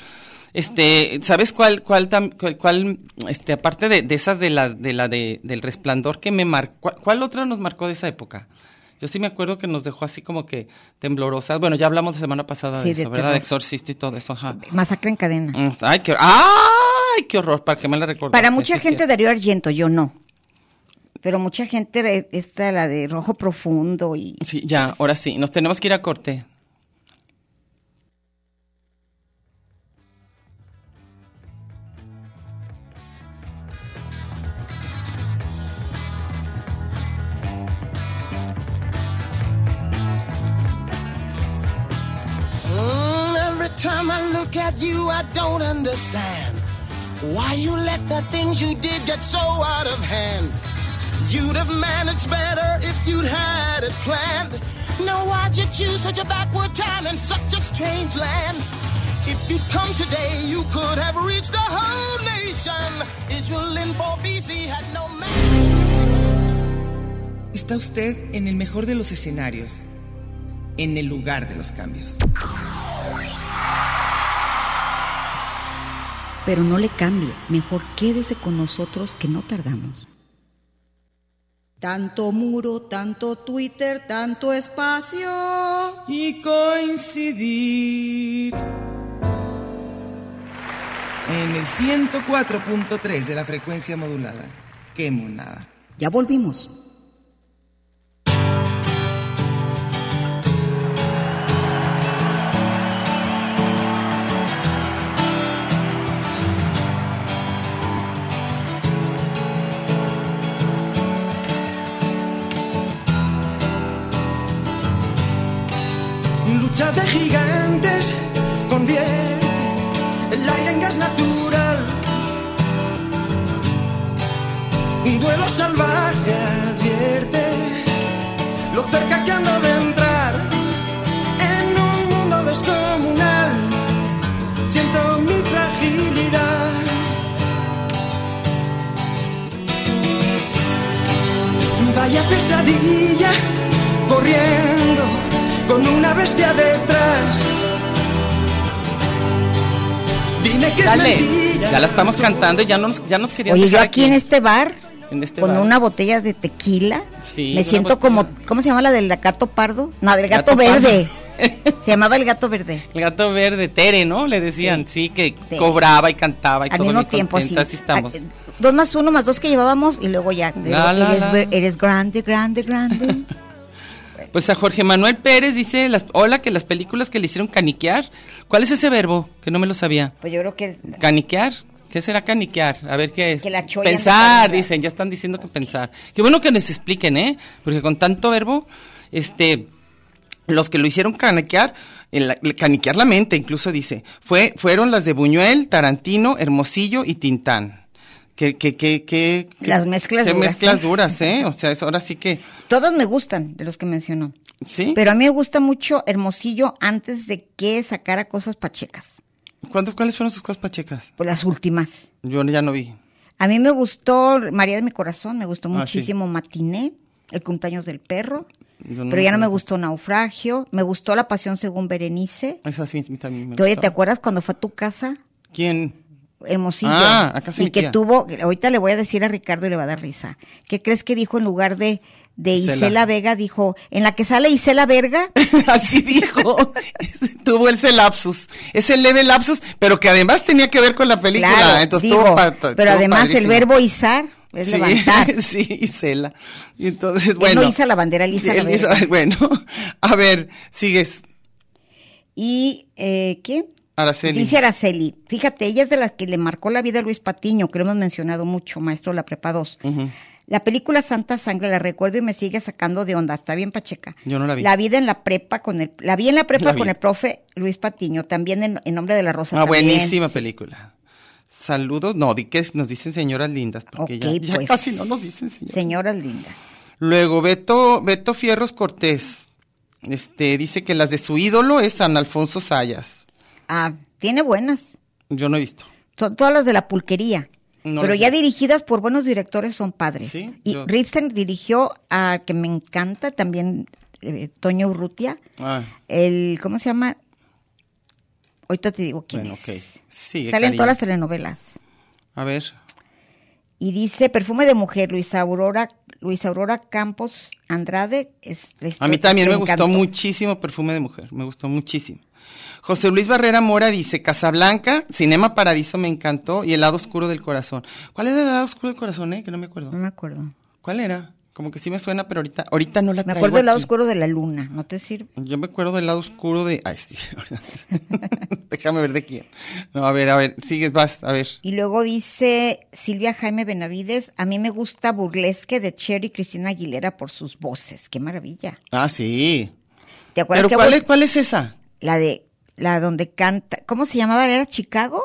S3: Este, ¿sabes cuál, cuál, tam- cuál, cuál, este, aparte de, de esas de las, de la de, del resplandor que me marcó, ¿cuál, cuál otra nos marcó de esa época? Yo sí me acuerdo que nos dejó así como que temblorosas. Bueno, ya hablamos la semana pasada
S1: Sí,
S3: de
S1: de
S3: eso, ¿verdad?
S1: terror.
S3: De exorcista y todo eso, ajá.
S1: Masacre en cadena.
S3: Mm, Ay, qué, ay, qué horror, para que me la recordaste.
S1: Para mucha
S3: sí es
S1: gente
S3: cierto.
S1: Darío Argento, yo no. Pero mucha gente, eh, esta, la de Rojo Profundo y...
S3: Sí, ya, ahora sí, nos tenemos que ir a corte.
S6: Mm, every time I look at you, I don't understand why you let the things you did get so out of hand. You'd have managed better if you'd had it planned. Now, why'd you choose such a backward time and such a strange land? If you'd come today, you could have reached the whole nation. Israel in 4BC had no man.
S5: Está usted en el mejor de los escenarios, en el lugar de los cambios.
S7: Pero no le cambie, mejor quédese con nosotros que no tardamos. Tanto muro, tanto Twitter, tanto espacio.
S5: Y coincidir. En el 104.3 de la frecuencia modulada. Qué monada.
S7: Ya volvimos.
S2: Lucha de gigantes convierte el aire en gas natural. vuelo salvaje advierte lo cerca que ando de entrar en un mundo descomunal. Siento mi fragilidad. Vaya pesadilla, corriendo con una bestia detrás. Dime que
S3: Dale.
S2: es mentira.
S3: Ya la estamos cantando y ya, no nos, ya nos querían
S1: Oye, yo
S3: dejar
S1: aquí en este bar,
S3: en este
S1: con
S3: bar.
S1: una botella de tequila,
S3: Sí,
S1: me
S3: una
S1: siento como,
S3: botella.
S1: ¿cómo se llama la del gato pardo? No, del gato,
S3: Gato
S1: verde. se llamaba el gato verde.
S3: El gato verde, Tere, ¿no? Le decían, sí, que
S1: Sí.
S3: cobraba y cantaba y
S1: Al
S3: todo
S1: mismo
S3: bien
S1: tiempo,
S3: contenta,
S1: así.
S3: así estamos.
S1: Ah, eh, Dos más uno más dos que llevábamos y luego ya. pero
S3: La, la,
S1: eres,
S3: la.
S1: ve- eres grande, grande, grande. eh,
S3: Pues a Jorge Manuel Pérez dice, las, hola, que las películas que le hicieron caniquear. ¿Cuál es ese verbo? Que no me lo sabía.
S1: pues yo creo que.
S3: ¿Caniquear? ¿Qué será caniquear? A ver qué es.
S1: Que la cholla
S3: pensar,
S1: no
S3: dicen, ya están diciendo que pensar. Qué bueno que nos expliquen, ¿eh? Porque con tanto verbo, este, los que lo hicieron caniquear, en la- caniquear la mente, incluso dice, fue, fueron las de Buñuel, Tarantino, Hermosillo y Tintán. Que, que, que, que, que-
S1: Las mezclas
S3: qué
S1: duras,
S3: mezclas
S1: ¿sí?
S3: duras, ¿eh? O sea, es- ahora sí que,
S1: Todas me gustan de los que mencionó.
S3: ¿sí?
S1: Pero a mí me gusta mucho Hermosillo antes de que sacara cosas pachecas.
S3: ¿Cuánto- ¿Cuáles fueron sus cosas pachecas?
S1: Pues las últimas.
S3: Yo ya no vi.
S1: A mí me gustó María de mi corazón, me gustó
S3: Ah,
S1: muchísimo Matiné, El cumpleaños del perro,
S3: Yo no
S1: pero ya no me
S3: recuerdo.
S1: gustó Naufragio, me gustó La pasión según Berenice.
S3: Esa sí también me
S1: Que, oye, ¿te
S3: gustaba.
S1: acuerdas cuando fue a tu casa?
S3: ¿Quién?
S1: Hermosillo.
S3: Ah, a casa de
S1: y
S3: mi
S1: que
S3: tía.
S1: tuvo, ahorita le voy a decir a Ricardo y le va a dar risa. ¿Qué crees que dijo en lugar de, de
S3: Isela.
S1: Isela Vega? Dijo, en la que sale Isela Verga,
S3: Así dijo. Tuvo ese lapsus. Ese leve lapsus, pero que además tenía que ver con la película.
S1: Claro,
S3: Entonces
S1: digo,
S3: tuvo pa- ta-
S1: pero
S3: tuvo
S1: además el
S3: padrísimo.
S1: verbo izar es
S3: Sí,
S1: levantar.
S3: sí, Isela. Y entonces,
S1: no
S3: bueno.
S1: iza la bandera, él iza la
S3: Él hizo-
S1: verga.
S3: Bueno, a ver, sigues.
S1: Y, eh, ¿qué?
S3: Araceli.
S1: Dice Araceli, fíjate, ella es de las que le marcó la vida a Luis Patiño, que lo hemos mencionado mucho, maestro de la Prepa 2.
S3: Ujú. Ah,
S1: La película Santa Sangre la recuerdo y me sigue sacando de onda, está bien pacheca.
S3: Yo no la vi.
S1: La vida en la prepa con el la vi en la prepa
S3: La vi.
S1: con el profe Luis Patiño, también en, en Nombre de la Rosa
S3: Una
S1: también.
S3: buenísima película. Saludos, no, di que nos dicen señoras lindas, porque ya-
S1: Ok,
S3: ya,
S1: pues.
S3: casi no nos dicen señoras.
S1: Señoras lindas.
S3: Luego, Beto, Beto Fierros Cortés, este, dice que las de su ídolo es San Alfonso Sayas.
S1: Ah, tiene buenas.
S3: Yo no he visto.
S1: Son todas las de la pulquería.
S3: No
S1: pero
S3: las
S1: ya
S3: vi.
S1: dirigidas por buenos directores son padres.
S3: Sí,
S1: y
S3: yo-
S1: Ripsen dirigió a que me encanta también eh, Toño Urrutia.
S3: Ah.
S1: el ¿cómo se llama? Ahorita te digo quién
S3: Bueno,
S1: es.
S3: ok. Sigue,
S1: Salen
S3: cariño.
S1: todas las telenovelas.
S3: A ver.
S1: Y dice perfume de mujer, Luisa Aurora, Luisa Aurora Campos Andrade. Es, la
S3: A mí
S1: historia
S3: también
S1: que
S3: me gustó
S1: encantó.
S3: muchísimo Perfume de Mujer, me gustó muchísimo. José Luis Barrera Mora dice, Casablanca, Cinema Paradiso me encantó y El lado oscuro del corazón. ¿Cuál era El lado oscuro del corazón, eh? Que no me acuerdo.
S1: No me acuerdo.
S3: ¿Cuál era? Como que sí me suena, pero ahorita, ahorita no la
S1: Me
S3: traigo
S1: acuerdo del lado
S3: aquí.
S1: oscuro de la luna. ¿No te sirve?
S3: Yo me acuerdo del lado oscuro de... Ay, sí. Déjame ver de quién. No, a ver, a ver, sigues, vas, a ver.
S1: Y luego dice Silvia Jaime Benavides, a mí me gusta burlesque de Cher y Cristina Aguilera por sus voces. Qué maravilla.
S3: Ah, sí.
S1: ¿Te acuerdas
S3: Pero
S1: que
S3: ¿cuál
S1: bus-
S3: es, ¿cuál es esa?
S1: la de la donde canta, ¿cómo se llamaba? ¿Era Chicago?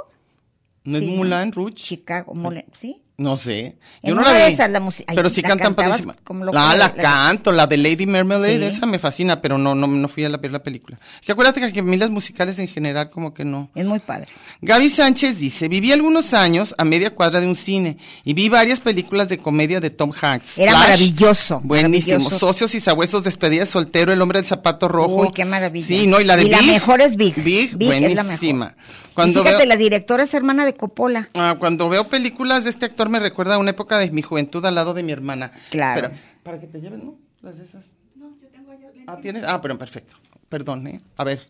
S3: ¿No
S1: Sí.
S3: es Mulan Rouge?
S1: Chicago, mole- ¿sí?
S3: No sé.
S1: En
S3: Yo no
S1: una
S3: la
S1: de
S3: vi.
S1: esas, la musi- ay,
S3: pero sí
S1: la
S3: cantan
S1: cantabas
S3: padrísima.
S1: como loco,
S3: Ah, la,
S1: la- la-
S3: canto, la de Lady Mermelade,
S1: Sí.
S3: esa me fascina, pero no, no, no fui a la, ver la película. Que acuérdate que a mí las musicales en general como que no.
S1: Es muy padre.
S3: Gaby Sánchez dice, viví algunos años a media cuadra de un cine y vi varias películas de comedia de Tom Hanks.
S1: Era maravilloso,
S3: Buenísimo.
S1: maravilloso.
S3: Socios y sabuesos, despedida de soltero, el hombre del zapato rojo.
S1: Uy, qué maravilla.
S3: Sí, no, y la de
S1: Y la
S3: Big,
S1: mejor es Big.
S3: Big,
S1: Big es la
S3: buenísima.
S1: mejor.
S3: Cuando
S1: y fíjate,
S3: veo-
S1: la directora es hermana de Coppola.
S3: Ah, cuando veo películas de este actor me recuerda a una época de mi juventud al lado de mi hermana.
S1: Claro.
S3: Pero, para que te lleven, ¿no? Las de esas. No, yo tengo Ah, tienes. Ah, pero perfecto. Perdón, ¿eh? A ver.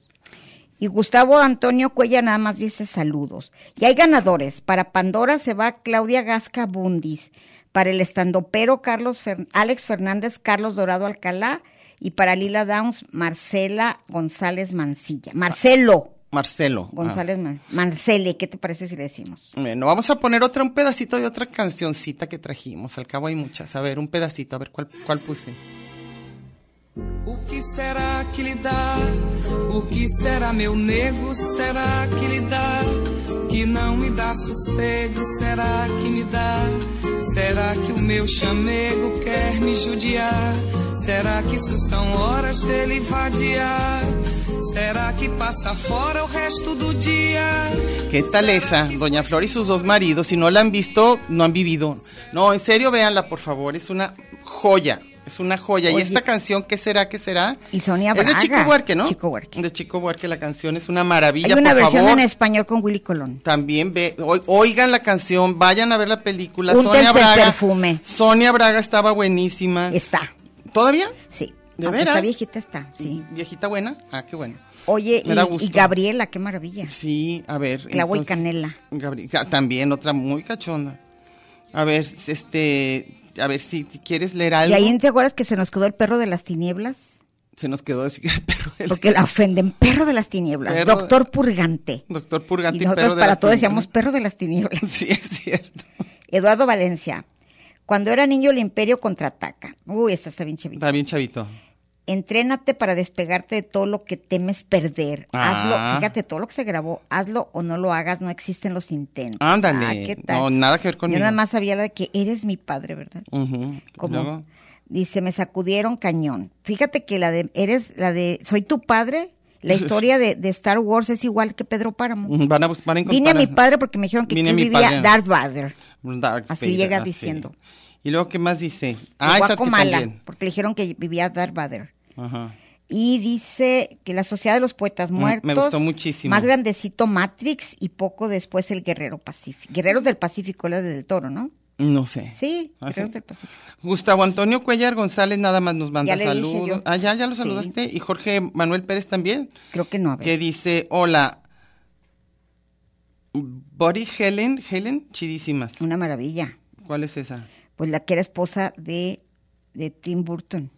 S1: Y Gustavo Antonio Cuella nada más dice saludos. Y hay ganadores. Para Pandora se va Claudia Gasca Bundis. Para el estandopero Carlos Fer- Alex Fernández, Carlos Dorado Alcalá. Y para Lila Downs, Marcela González Mancilla. Marcelo
S3: Ah. Marcelo.
S1: González Man- Marcele, ¿qué te parece si le decimos?
S3: Ah, Bueno, vamos a poner otra, un pedacito de otra cancioncita que trajimos. Al cabo hay muchas. A ver, un pedacito, a ver cuál, cuál puse.
S2: O que será que lhe dá o O que será, meu nego? Será que lhe dá? Que não me dá sossego? Será que me dá? Será que o meu chamego quer me judiar? Será que isso são horas dele vadiar? Será que passa fora o resto do dia?
S3: ¿Qué tal esa? Doña Flor y sus dos maridos. Si no la han visto, no han vivido. No, en serio, véanla, por favor. Es una joya. Es una joya. y
S1: Oye.
S3: esta canción, ¿qué será? ¿Qué será?
S1: Y Sonia
S3: Es de
S1: Braga.
S3: Chico Buarque, ¿no?
S1: Chico Buarque.
S3: De Chico Buarque, la canción es una maravilla.
S1: Hay una
S3: por
S1: versión
S3: favor.
S1: en español con Willy Colón.
S3: También ve, o- oigan la canción, vayan a ver la película.
S1: Úntense
S3: Sonia
S1: el
S3: Braga.
S1: perfume.
S3: Sonia Braga estaba buenísima.
S1: Está,
S3: ¿Todavía?
S1: sí.
S3: Ah. ¿De
S1: Aunque
S3: veras?
S1: Está viejita, está, sí.
S3: ¿Viejita buena? Ah, qué bueno.
S1: Oye,
S3: Me da
S1: y,
S3: gusto.
S1: y Gabriela, qué maravilla.
S3: Sí, a ver.
S1: Clavo y
S3: entonces,
S1: canela.
S3: Gabriel- ah, también, otra muy cachonda. A ver, este, a ver si, si quieres leer
S1: Y
S3: algo.
S1: ahí te acuerdas que se nos quedó el perro de las tinieblas,
S3: Se nos quedó decir el perro del
S1: porque la ofenden, perro de las tinieblas,
S3: Perro-
S1: doctor purgante.
S3: doctor
S1: Y
S3: Purgante.
S1: nosotros
S3: perro de
S1: para
S3: las
S1: todo
S3: tinieblas.
S1: decíamos perro de las tinieblas.
S3: Sí, es cierto.
S1: Eduardo Valencia. Cuando era niño, el imperio contraataca. Uy, esta está bien chavita.
S3: Está bien, chavito.
S1: Entrénate para despegarte de todo lo que temes perder.
S3: Ah.
S1: Hazlo, fíjate, todo lo que se grabó, hazlo o no lo hagas, no existen los intentos.
S3: Ándale.
S1: Ah, ¿qué tal?
S3: No, nada que ver conmigo.
S1: Yo nada más sabía la de que eres mi padre, ¿verdad?
S3: Ujú.
S1: Como
S3: Luego,
S1: dice, me sacudieron cañón. Fíjate que la de eres la de soy tu padre. La historia de, de Star Wars es igual que Pedro Páramo.
S3: mm, van a buscar encontrar.
S1: Vine a mi padre porque me dijeron que
S3: Vine a
S1: aquí
S3: mi
S1: vivía
S3: padre.
S1: Darth Vader.
S3: Darth
S1: Así
S3: Vader,
S1: llega diciendo.
S3: ah, Y luego, ¿qué más dice?
S1: Ah,
S3: Ah, esa que
S1: Guacomala,
S3: también.
S1: porque le dijeron que vivía Darth Vader.
S3: Ajá.
S1: Y dice que la Sociedad de los Poetas
S3: Mm, me
S1: Muertos.
S3: gustó muchísimo.
S1: Más grandecito Matrix y poco después el Guerrero Pacífico. Guerreros del Pacífico, la del Toro, ¿no?
S3: No sé.
S1: Sí,
S3: Ah,
S1: Guerreros
S3: sí.
S1: del Pacífico.
S3: Gustavo Antonio Cuellar González nada más nos manda
S1: Ya le dije
S3: saludos.
S1: yo.
S3: Ah, ya, ya lo
S1: Sí.
S3: saludaste. Y Jorge Manuel Pérez también,
S1: Creo que no, a ver.
S3: que dice, hola, Body Helen, Helen, chidísimas.
S1: Una maravilla.
S3: ¿Cuál es esa?
S1: Pues la que era esposa de, de Tim Burton.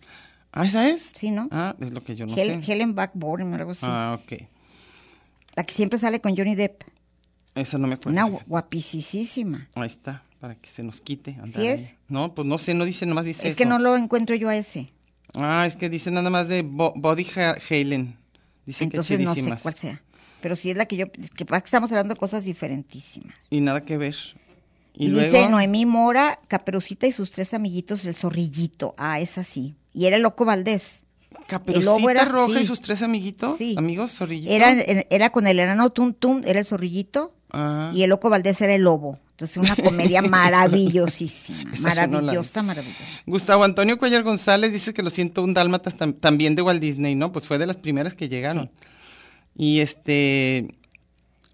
S3: Ah, ¿esa es?
S1: Sí, ¿no?
S3: Ah, es lo que yo no
S1: Hel-
S3: sé.
S1: Helen Backborn o algo así.
S3: Ah, ok.
S1: La que siempre sale con Johnny Depp.
S3: Esa no me acuerdo.
S1: Una
S3: Pues fíjate.
S1: guapisísima.
S3: Ahí está, para que se nos quite.
S1: ¿Sí
S3: andar
S1: es?
S3: ahí. No, pues no sé, no dice, nomás dice
S1: Es que
S3: eso.
S1: no lo encuentro yo a ese.
S3: Ah, es que dice nada más de Bo- Body Ha- Helen. Dice
S1: Entonces
S3: que
S1: no sé
S3: chidísimas.
S1: cuál sea. Pero sí es la que yo. es que pasa que estamos hablando de cosas diferentísimas.
S3: Y nada que ver.
S1: Y,
S3: Y, luego...
S1: dice Noemí Mora, Caperucita y sus tres amiguitos, el zorrillito. Ah, es así. Y era el loco Valdés. El lobo
S3: Caperucita
S1: era-
S3: Roja
S1: sí.
S3: y sus tres amiguitos,
S1: Sí.
S3: amigos, zorrillito.
S1: Era, eh, era con el enano Tum Tum, era el zorrillito.
S3: Ah.
S1: Y el loco Valdés era el lobo. Entonces, una comedia maravillosísima.
S3: Esa yo no la vi.
S1: maravillosa, maravillosa.
S3: Gustavo Antonio Cuellar González dice que los 101 dálmatas tam- también de Walt Disney, ¿no? Pues fue de las primeras que llegaron. Y este...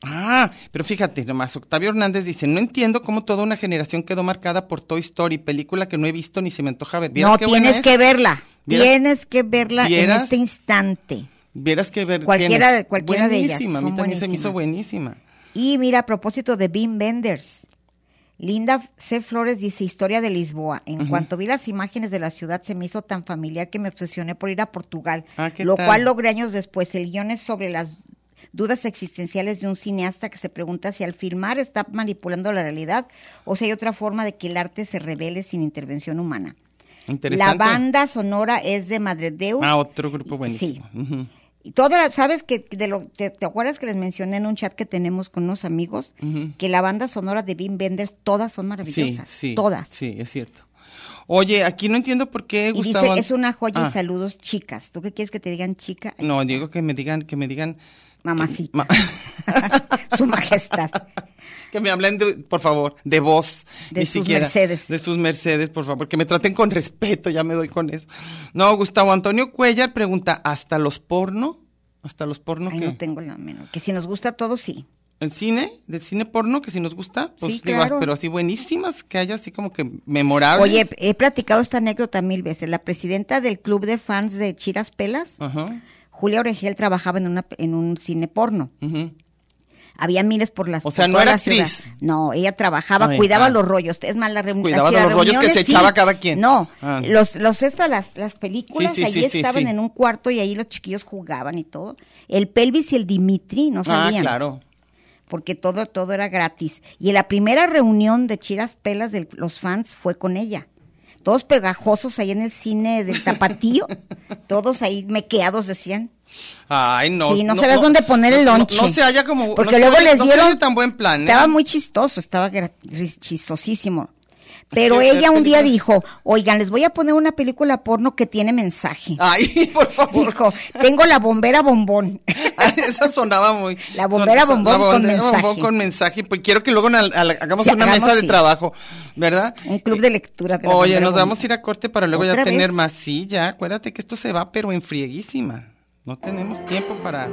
S3: Ah, pero fíjate nomás, Octavio Hernández dice, no entiendo cómo toda una generación quedó marcada por Toy Story, película que no he visto ni se me antoja ver. ¿Vieras
S1: No,
S3: qué buena
S1: tienes
S3: es?
S1: que verla.
S3: ¿Vieras?
S1: Tienes que verla en
S3: ¿Vieras?
S1: este instante.
S3: Vieras que ver.
S1: Cualquiera
S3: tienes.
S1: de- cualquiera de ellas,
S3: Buenísima, a mí
S1: son
S3: también se me hizo buenísima.
S1: Y mira, a propósito de Bean Benders, Linda C. Flores dice Historia de Lisboa. En cuanto vi las imágenes de la ciudad, se me hizo tan familiar que me obsesioné por ir a Portugal,
S3: Ah, ¿qué
S1: lo
S3: tal?
S1: cual logré años después. El guión es sobre las dudas existenciales de un cineasta que se pregunta si al filmar está manipulando la realidad o si hay otra forma de que el arte se revele sin intervención humana. La
S3: Interesante.
S1: banda sonora es de Madre Deus.
S3: Ah, otro grupo buenísimo. Ujú.
S1: Y toda la- ¿sabes que de lo te, te acuerdas que les mencioné en un chat que tenemos con unos amigos que la banda sonora de Bean Benders todas son maravillosas,
S3: Sí, sí.
S1: todas.
S3: Sí, es cierto. Oye, aquí no entiendo por qué
S1: Y
S3: Gustavo.
S1: dice, es una joya
S3: Ah,
S1: y saludos, chicas. ¿Tú qué quieres que te digan, chica? Ay,
S3: No, digo que me digan, que me digan,
S1: Mamacita.
S3: ma-
S1: Su majestad.
S3: que me hablen, de- por favor, de vos.
S1: De
S3: ni
S1: sus
S3: siquiera,
S1: Mercedes.
S3: De sus Mercedes, por favor, que me traten con respeto, ya me doy con eso. No, Gustavo Antonio Cuellar pregunta, ¿hasta los porno? ¿Hasta los porno
S1: Ay,
S3: qué?
S1: no tengo la menor. Que si nos gusta todo, sí.
S3: ¿El cine? ¿Del cine porno que si nos gusta? Pues
S1: Sí,
S3: digo,
S1: claro.
S3: pero así buenísimas, que haya así como que memorables.
S1: Oye, he platicado esta anécdota mil veces. La presidenta del club de fans de Chiras Pelas,
S3: Ajá,
S1: Julia Oregel, trabajaba en, una, en un cine porno.
S3: ujú.
S1: Había miles por las
S3: O sea,
S1: por
S3: no
S1: toda
S3: era
S1: la ciudad.
S3: actriz.
S1: No, ella trabajaba,
S3: Ay,
S1: cuidaba
S3: ah.
S1: los rollos. Es más, la reunión.
S3: Cuidaba los rollos que se echaba cada quien.
S1: No,
S3: Ah.
S1: los, los estas, las, las películas,
S3: Sí, sí,
S1: allí
S3: sí, sí,
S1: estaban
S3: sí.
S1: en un cuarto y ahí los chiquillos jugaban y todo. El pelvis y el Dimitri no
S3: Ah,
S1: sabían.
S3: claro.
S1: Porque todo, todo era gratis. Y en la primera reunión de Chiras Pelas de los fans fue con ella. todos pegajosos ahí en el cine del Tapatío, todos ahí mequeados decían.
S3: Ay, no.
S1: Sí, no sabes dónde poner el
S3: no-
S1: lonche.
S3: No, se haya como.
S1: Porque
S3: no se
S1: luego
S3: haya-
S1: les
S3: no se
S1: dieron-
S3: haya tan buen plan. ¿eh?
S1: Estaba muy chistoso, estaba gra- ris- chistosísimo. Pero
S3: Sí, esas
S1: ella un día
S3: películas-
S1: dijo, oigan, les voy a poner una película porno que tiene
S3: Ah,
S1: mensaje.
S3: Ay, por favor.
S1: Dijo, tengo la bombera bombón.
S3: Ay, Esa sonaba muy.
S1: La bombera bombón
S3: la
S1: con
S3: bombera
S1: mensaje.
S3: bombón con mensaje. Pues quiero que luego na- al- hagamos
S1: Sí,
S3: una
S1: hagamos,
S3: mesa de
S1: sí.
S3: trabajo, ¿verdad?
S1: Un club de lectura. de la
S3: Oye,
S1: bombera
S3: nos
S1: bombón.
S3: vamos a ir a corte para luego ya
S1: ¿Otra
S3: tener
S1: vez?
S3: más. Sí, ya, acuérdate que esto se va, pero en frieguísima. No tenemos tiempo para.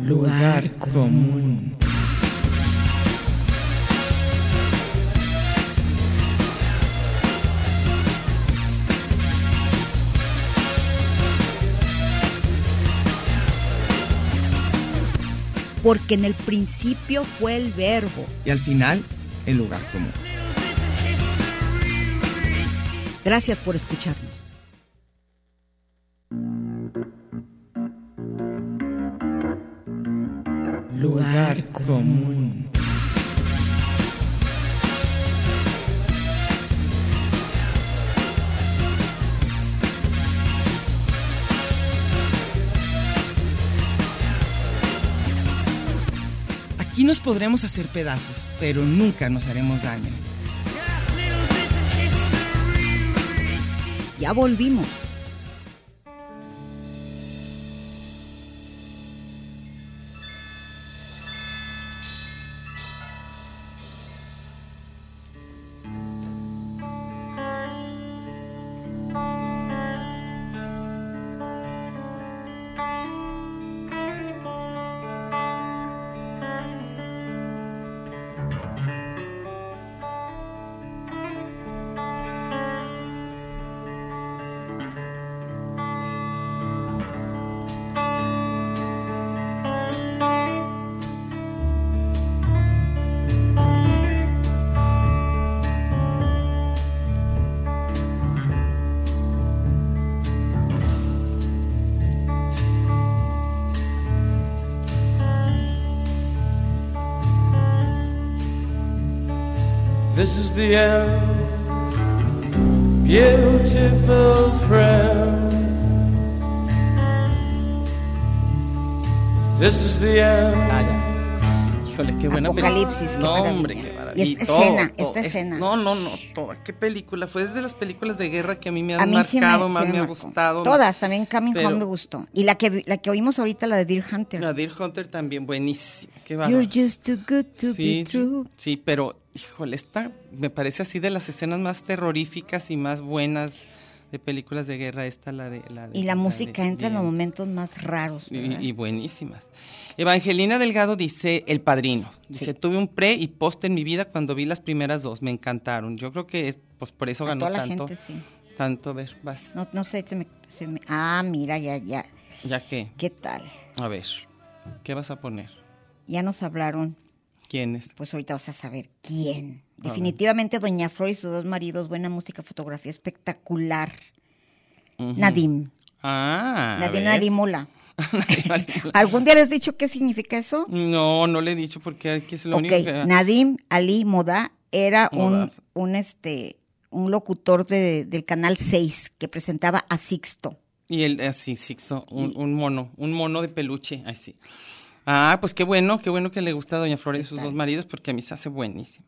S5: Lugar común.
S7: Porque en el principio fue el verbo.
S5: Y al final, el lugar común.
S7: Gracias por escucharnos.
S5: Lugar común. Aquí nos podremos hacer pedazos, pero nunca nos haremos daño.
S7: Ya volvimos.
S8: This is the end, beautiful friend. This is the end.
S3: Ah, Híjole, qué buena
S1: Apocalipsis, qué
S3: No,
S1: maravilla.
S3: hombre, qué maravilla.
S1: Y esta
S3: todo,
S1: escena,
S3: todo,
S1: esta
S3: es-
S1: escena.
S3: No, no, no, toda. ¿Qué película? Fue desde las películas de guerra que a mí me han
S1: A mí sí me-
S3: marcado,
S1: sí
S3: más me, ha
S1: marcó.
S3: gustado.
S1: Todas, también Coming
S3: Pero- Ah,
S1: Home me gustó. Y la que, vi- la que oímos ahorita, la de Deer Hunter.
S3: Nadir Hunter también, buenísima. Qué bárbaro.
S1: You're just too good to
S3: sí,
S1: be true.
S3: sí, pero, híjole, esta me parece así de las escenas más terroríficas y más buenas de películas de guerra, esta la de... La de-
S1: Y la
S3: de
S1: música entra en
S3: The
S1: los
S3: End.
S1: momentos más raros.
S3: Y,
S1: ¿verdad?
S3: y buenísimas. Evangelina Delgado dice, El Padrino. Dice, tuve un pre y post en mi vida cuando vi las primeras dos, me encantaron. Yo creo que es- pues por eso
S1: A
S3: ganó
S1: toda la
S3: tanto.
S1: gente, sí.
S3: Tanto, a ver, vas.
S1: No, no sé, se me- se me- Ah, mira, ya, ya.
S3: Ya que,
S1: ¿Qué tal?
S3: a ver, ¿qué vas a poner?
S1: Ya nos hablaron
S3: ¿Quién es?
S1: Pues ahorita vas a saber quién. Definitivamente Doña Flor y sus dos maridos, buena música, fotografía espectacular. Nadim.
S3: Ah,
S1: Nadim
S3: ¿ves?
S1: Nadimola.
S3: Nadim Arimola.
S1: ¿Algún día les he dicho qué significa eso?
S3: No, no le he dicho porque aquí es lo
S1: ok,
S3: único que...
S1: Nadim Ali Moda era un,
S3: Modá.
S1: un, este, un locutor de- del Canal 6 que presentaba a Sixto.
S3: Y él, así, Sixto, un, un mono, un mono de peluche, así. Ah, pues qué bueno, qué bueno que le gusta a Doña Flores y sus dos maridos, porque a mí se hace buenísimo.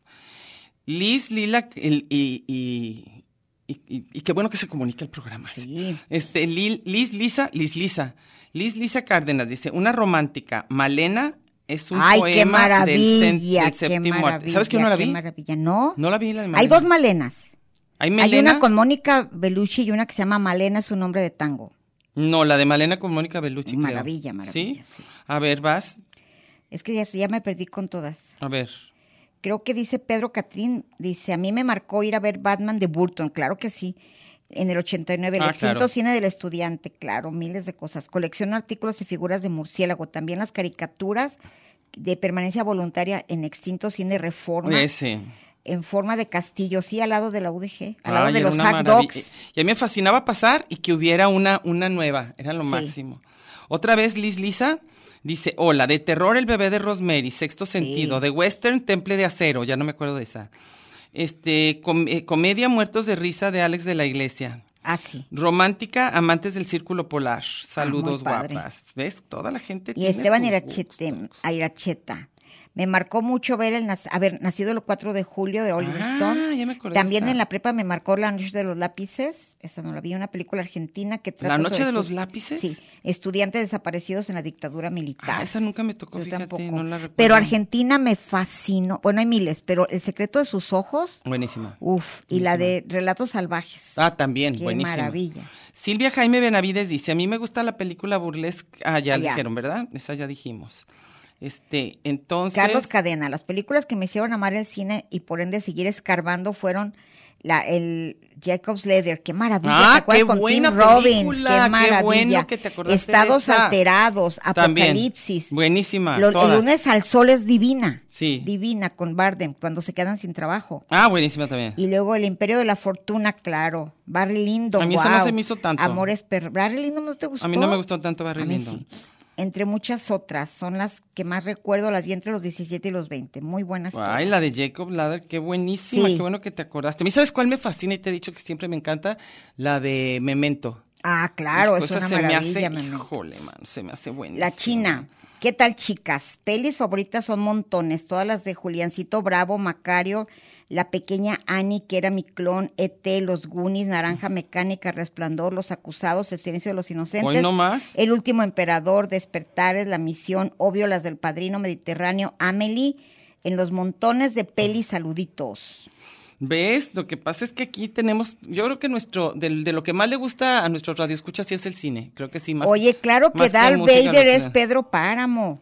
S3: Liz, Lila, el- y, y, y- y- y qué bueno que se comunica el programa.
S1: Sí.
S3: Este, Lil- Liz, Lisa, Liz, Lisa. Liz, Lisa Cárdenas dice, una romántica, Malena es un
S1: Ay, qué
S3: poema del, cen-
S1: maravilla,
S3: del
S1: qué
S3: séptimo arte.
S1: maravilla.
S3: ¿Sabes que no la
S1: qué
S3: vi?
S1: maravilla, ¿no?
S3: No la vi la de
S1: Hay
S3: Malena.
S1: dos Malenas.
S3: Hay
S1: Hay
S3: Melena.
S1: una con Mónica Bellucci y una que se llama Malena, es un nombre de tango.
S3: No, la de Malena con Mónica Bellucci. creo.
S1: Maravilla, maravilla,
S3: ¿Sí?
S1: sí.
S3: A ver, vas.
S1: Es que ya, ya me perdí con todas.
S3: A ver.
S1: Creo que dice Pedro Catrín, dice, a mí me marcó ir a ver Batman de Burton, claro que sí, en el 89, el
S3: Ah,
S1: extinto
S3: claro.
S1: cine del estudiante, claro, miles de cosas. Colecciono artículos y figuras de murciélago, también las caricaturas de permanencia voluntaria en extinto cine Reforma,
S3: Ese.
S1: en forma de castillo, sí, al lado de la UDG, al lado
S3: Ay,
S1: de
S3: era
S1: los
S3: una
S1: hot
S3: maravilla.
S1: dogs.
S3: Y a mí me fascinaba pasar y que hubiera una, una nueva. Era lo
S1: Sí.
S3: máximo. Otra vez, Liz Lisa dice: Hola, de terror el bebé de Rosemary, sexto sentido, de western, temple de acero. Ya no me acuerdo de esa. Este, com- eh, comedia Muertos de Risa de Alex de la Iglesia.
S1: Ah, sí.
S3: Romántica, amantes del círculo polar. Saludos,
S1: Ah, muy padre.
S3: guapas. ¿Ves? Toda la gente
S1: Y
S3: tiene
S1: Esteban
S3: sus
S1: Irachete,
S3: gustos.
S1: Iracheta. Me marcó mucho ver el nac- haber nacido el 4 de julio de Oliver
S3: Ah,
S1: Stone.
S3: ya me acordé de
S1: También
S3: esa.
S1: en la prepa me marcó La Noche de los Lápices. Esa no la vi, una película argentina que trata
S3: ¿La Noche
S1: sobre
S3: de los
S1: estu-
S3: Lápices?
S1: Sí, estudiantes desaparecidos en la dictadura militar.
S3: Ah, esa nunca me tocó,
S1: Yo
S3: fíjate,
S1: tampoco.
S3: no la recuerdo.
S1: Pero Argentina me fascinó. Bueno, hay miles, pero El secreto de sus ojos,
S3: Buenísima.
S1: uf, y la de Relatos salvajes.
S3: Ah, también,
S1: Qué
S3: buenísima.
S1: maravilla.
S3: Silvia Jaime Benavides dice, a mí me gusta la película burlesca. Ah, ya
S1: Ah, ya.
S3: dijeron, ¿verdad? Esa ya dijimos. Este, entonces...
S1: Carlos Cadena, las películas que me hicieron amar el cine y por ende seguir escarbando fueron la el Jacob's Leather, qué maravilla,
S3: Ah,
S1: ¿te acuerdas
S3: qué
S1: con
S3: buena
S1: Tim Robbins?
S3: película,
S1: Qué
S3: qué
S1: maravilla.
S3: bueno que te acordaste de
S1: Estados
S3: esa.
S1: alterados,
S3: También.
S1: apocalipsis.
S3: Buenísima,
S1: Lo- el
S3: todas.
S1: lunes al sol es divina.
S3: Sí.
S1: Divina con Bardem cuando se quedan sin trabajo.
S3: Ah, buenísima también.
S1: Y luego El Imperio de la Fortuna, claro. Barry Lindo.
S3: A mí esa no se me hizo tanto.
S1: Amores per... Barry Lindo no te gustó.
S3: A mí no me gustó tanto Barry
S1: A mí
S3: Lyndon.
S1: sí. Entre muchas otras, son las que más recuerdo, las vi entre los 17 y los 20. Muy buenas.
S3: Ay,
S1: todas.
S3: la de Jacob Ladder, qué buenísima,
S1: Sí.
S3: qué bueno que te acordaste. A mí, ¿sabes cuál me fascina? Y te he dicho que siempre me encanta, la de Memento.
S1: Ah, claro, es
S3: Hijo, esa
S1: una
S3: se me
S1: maravilla,
S3: hace,
S1: mano.
S3: híjole, mano, se me hace buenísima.
S1: La China. ¿Qué tal, chicas? Pelis favoritas son montones. Todas las de Juliancito Bravo, Macario, La Pequeña Annie, que era mi clon, E.T., Los Goonies, Naranja Mecánica, Resplandor, Los Acusados, El Silencio de los Inocentes.
S3: Hoy no más.
S1: El Último Emperador, Despertares, La Misión, Obvio, las del Padrino Mediterráneo, Amelie. En los montones de pelis, saluditos.
S3: ¿Ves? Lo que pasa es que aquí tenemos, yo creo que nuestro, del- de, lo que más le gusta a nuestros radioescuchas sí es el cine. Creo que sí, más.
S1: Oye, claro que
S3: más
S1: Darth
S3: música, lo
S1: Vader
S3: que-
S1: es Pedro Páramo,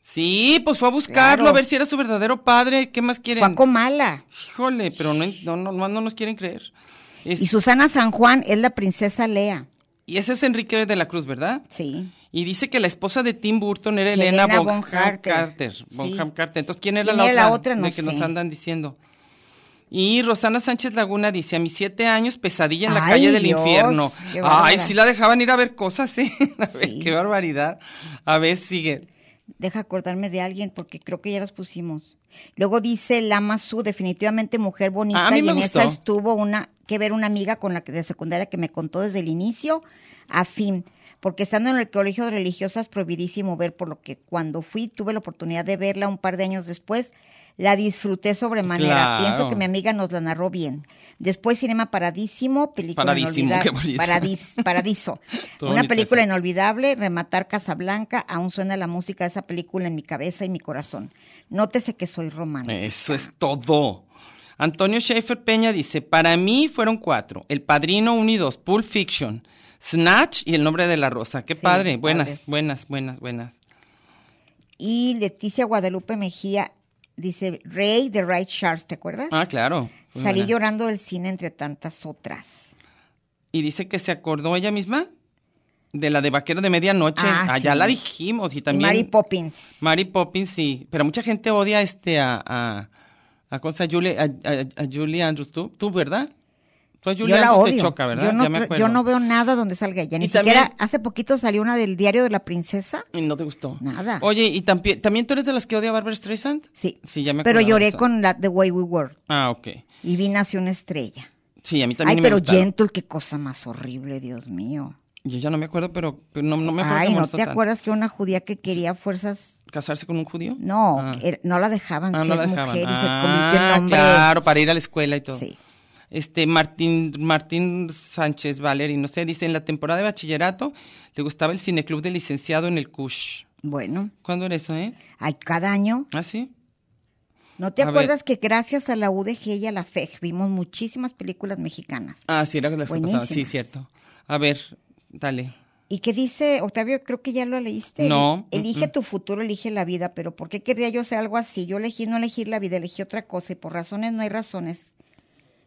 S3: Sí, pues fue a buscarlo,
S1: Claro.
S3: a ver si era su verdadero padre. ¿Qué más quieren?
S1: Paco Mala.
S3: Híjole, pero no, en- no, no, no nos quieren creer. Es-
S1: Y Susana San Juan es la princesa Lea.
S3: y ese es Enrique de la Cruz, ¿verdad?
S1: Sí.
S3: Y dice que la esposa de Tim Burton era
S1: Helena
S3: Elena
S1: Bonham
S3: Bonham
S1: Carter.
S3: Carter. Bonham
S1: Sí.
S3: Carter. Entonces, ¿quién era,
S1: ¿Quién
S3: la,
S1: era la
S3: otra
S1: otra? No
S3: de que nos
S1: sé.
S3: andan diciendo? Y Rosana Sánchez Laguna dice, a mis siete años, pesadilla en la
S1: Ay,
S3: calle del
S1: Dios,
S3: infierno.
S1: qué
S3: Ay,
S1: bárbara.
S3: sí la dejaban ir a ver cosas, ¿eh? A ver,
S1: Sí.
S3: qué barbaridad. A ver, sigue.
S1: Deja acordarme de alguien porque creo que ya las pusimos. Luego dice Lama Su, definitivamente mujer bonita.
S3: Ah, a mí
S1: y
S3: me
S1: en
S3: gustó.
S1: esa estuvo una que ver una amiga con la que de secundaria que me contó desde el inicio a fin. Porque estando en el colegio de religiosas prohibidísimo ver, por lo que cuando fui tuve la oportunidad de verla un par de años después. La disfruté sobremanera.
S3: Claro.
S1: Pienso que mi amiga nos la narró bien. Después Cinema Paradísimo, película
S3: Paradísimo,
S1: inolvidable.
S3: qué bonito.
S1: Paradis- Paradiso.
S3: Todo
S1: una
S3: bonito
S1: película
S3: eso.
S1: inolvidable, rematar Casablanca, aún suena la música de esa película en mi cabeza y mi corazón. Nótese que soy romana.
S3: Eso es todo. Antonio Schaefer Peña dice, para mí fueron cuatro. El Padrino 1 y 2, Pulp Fiction, Snatch y El Nombre de la Rosa. Qué
S1: Sí,
S3: padre. Buenas,
S1: padres.
S3: buenas, buenas, buenas.
S1: Y Leticia Guadalupe Mejía dice, Rey de Right Sharks, ¿te acuerdas?
S3: Ah, claro. Muy
S1: Salí
S3: buena.
S1: llorando del cine entre tantas otras.
S3: Y dice que se acordó ella misma de la de Vaquero de Medianoche.
S1: Ah,
S3: Allá
S1: sí.
S3: la dijimos. Y
S1: Y
S3: también.
S1: Mary Poppins.
S3: Mary Poppins, sí. Pero mucha gente odia este a. a a cosa Julie, a, a- a Julie Andrews, tú, tú, ¿verdad? Tú a Julie
S1: yo la
S3: Andrews
S1: odio.
S3: te choca, ¿verdad?
S1: Yo no,
S3: ya me
S1: tra-
S3: acuerdo.
S1: yo no veo nada donde salga ella. Ni
S3: Y también-
S1: siquiera hace poquito salió una del diario de la princesa.
S3: Y no te gustó.
S1: Nada.
S3: Oye, ¿y también, también tú eres de las que odia a Barbara Streisand?
S1: Sí.
S3: Sí, ya me
S1: Pero
S3: acordaba de
S1: lloré
S3: esa.
S1: con la The Way We Were
S3: Ah, ok.
S1: y vi nació una estrella.
S3: Sí, a mí
S1: Ay,
S3: también
S1: pero
S3: me gustaron.
S1: Gentle, qué cosa más horrible, Dios mío.
S3: Yo ya no me acuerdo, pero pero no, no me acuerdo que
S1: Ay,
S3: me
S1: ¿no
S3: molestó
S1: te
S3: tanto.
S1: acuerdas que una judía que quería fuerzas?
S3: ¿Casarse con un judío?
S1: No,
S3: Ah.
S1: era- no la dejaban
S3: Ah,
S1: ser
S3: no la dejaban.
S1: mujer y se convirtió en
S3: ah,
S1: hombre.
S3: claro, para ir a la escuela y todo.
S1: Sí.
S3: Este Martín Martín Sánchez Valeri, no sé, dice en la temporada de bachillerato le gustaba el cineclub de licenciado en el CUSH.
S1: Bueno,
S3: ¿Cuándo era eso, eh?
S1: ay, cada año
S3: ¿Ah, sí?
S1: ¿No te
S3: A ver.
S1: acuerdas que gracias a la UDG y a la FEG vimos muchísimas películas mexicanas?
S3: Ah, sí, era las que pasaban. Sí,
S1: Buenísimas.
S3: cierto. A ver, dale.
S1: ¿Y qué dice, Octavio? Creo que ya lo leíste.
S3: No,
S1: Elige
S3: mm-mm.
S1: tu futuro, elige la vida, pero ¿por qué querría yo hacer algo así? Yo elegí no elegir la vida, elegí otra cosa y por razones no hay razones.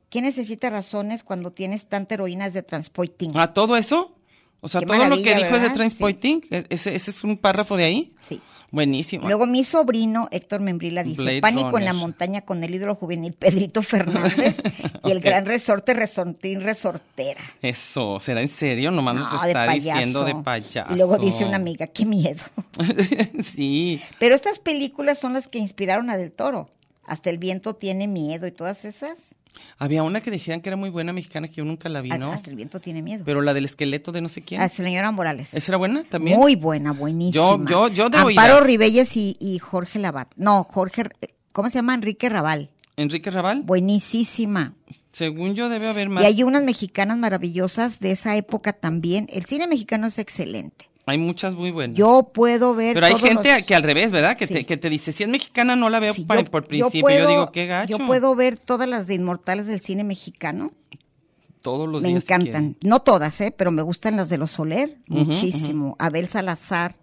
S1: ¿Quién necesita razones cuando tienes tanta heroína de transpoiting?
S3: ¿A todo eso? O sea,
S1: Qué
S3: todo lo que
S1: maravilla,
S3: dijo es de
S1: ¿verdad?
S3: Transpoiting, ese, ese es un párrafo de ahí.
S1: Sí.
S3: Buenísimo.
S1: Luego mi sobrino Héctor Membrila dice,
S3: Blade
S1: pánico en la
S3: Runner.
S1: montaña con el ídolo juvenil Pedrito Fernández y el
S3: Ok.
S1: gran resorte resortín resortera.
S3: Eso, ¿será en serio? Nomás nos
S1: No,
S3: está diciendo de payaso.
S1: Y luego dice una amiga, qué miedo.
S3: sí,
S1: Pero estas películas son las que inspiraron a Del Toro. Hasta el viento tiene miedo y todas esas.
S3: había una que decían que era muy buena mexicana que yo nunca la vi,
S1: A-
S3: ¿no?
S1: Hasta el viento tiene miedo.
S3: Pero la del esqueleto de no sé quién.
S1: a la señora Morales.
S3: ¿Esa era buena también?
S1: Muy buena, buenísima.
S3: Yo- yo- yo de
S1: Amparo
S3: oídas.
S1: Ribelles y, y Jorge Labat. No, Jorge, eh, ¿cómo se llama? Enrique Raval.
S3: Enrique Raval,
S1: Buenísima.
S3: según yo debe haber
S1: Y
S3: más.
S1: hay unas mexicanas maravillosas de esa época también. El cine mexicano es excelente.
S3: Hay muchas muy buenas.
S1: Yo puedo ver.
S3: Pero hay
S1: todos
S3: gente
S1: los-
S3: a- que al revés, ¿verdad? Que,
S1: Sí.
S3: te, que te dice, si es mexicana no la veo
S1: Sí,
S3: pa-
S1: yo-
S3: por
S1: yo
S3: principio. Yo,
S1: puedo-
S3: digo, qué gacho.
S1: Yo puedo ver todas las de Inmortales del cine mexicano.
S3: Todos los
S1: me
S3: días. si
S1: encantan.
S3: quieren.
S1: No todas, ¿eh? Pero me gustan las de los Soler.
S3: Ujú,
S1: muchísimo. Abel Salazar.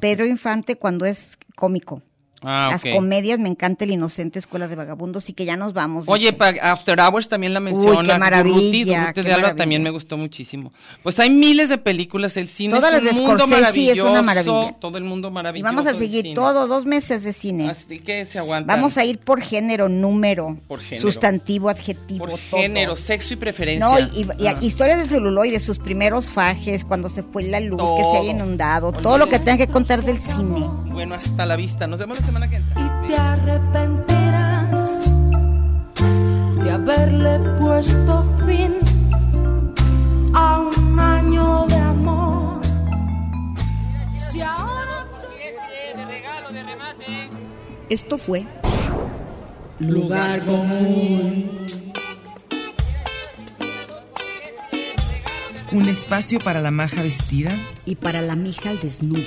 S1: Pedro Infante cuando es cómico.
S3: Ah,
S1: Las
S3: ok.
S1: comedias, me encanta El Inocente Escuela de Vagabundos y que ya nos vamos. dice.
S3: Oye, pa- After Hours también la menciona.
S1: qué maravilla,
S3: Durruti, Durruti
S1: qué
S3: de Alba también
S1: maravilla.
S3: me gustó muchísimo. Pues hay miles de películas. El cine
S1: Todas
S3: es
S1: las
S3: un
S1: de
S3: mundo
S1: Scorsese es
S3: maravilloso.
S1: una maravilla.
S3: Todo el mundo
S1: y
S3: maravilloso.
S1: vamos a
S3: del
S1: seguir
S3: cine.
S1: todo, dos meses de cine.
S3: Así que se aguanta.
S1: Vamos a ir por género, número,
S3: Por género.
S1: sustantivo, adjetivo,
S3: Por
S1: todo.
S3: género, sexo y preferencia.
S1: No, y, y- y
S3: Ah.
S1: historias de celuloide, sus primeros fajes, cuando se fue la luz, que
S3: Todo.
S1: se haya inundado,
S3: Oye,
S1: todo lo que
S3: es-
S1: tenga que contar del cine.
S3: Bueno, hasta la vista. Nos vemos la semana que entra.
S2: y te arrepentirás de haberle puesto fin a un año de amor. Si ahora
S7: Esto fue
S5: Lugar común. Un espacio para la maja vestida.
S7: Y para la mija al desnudo.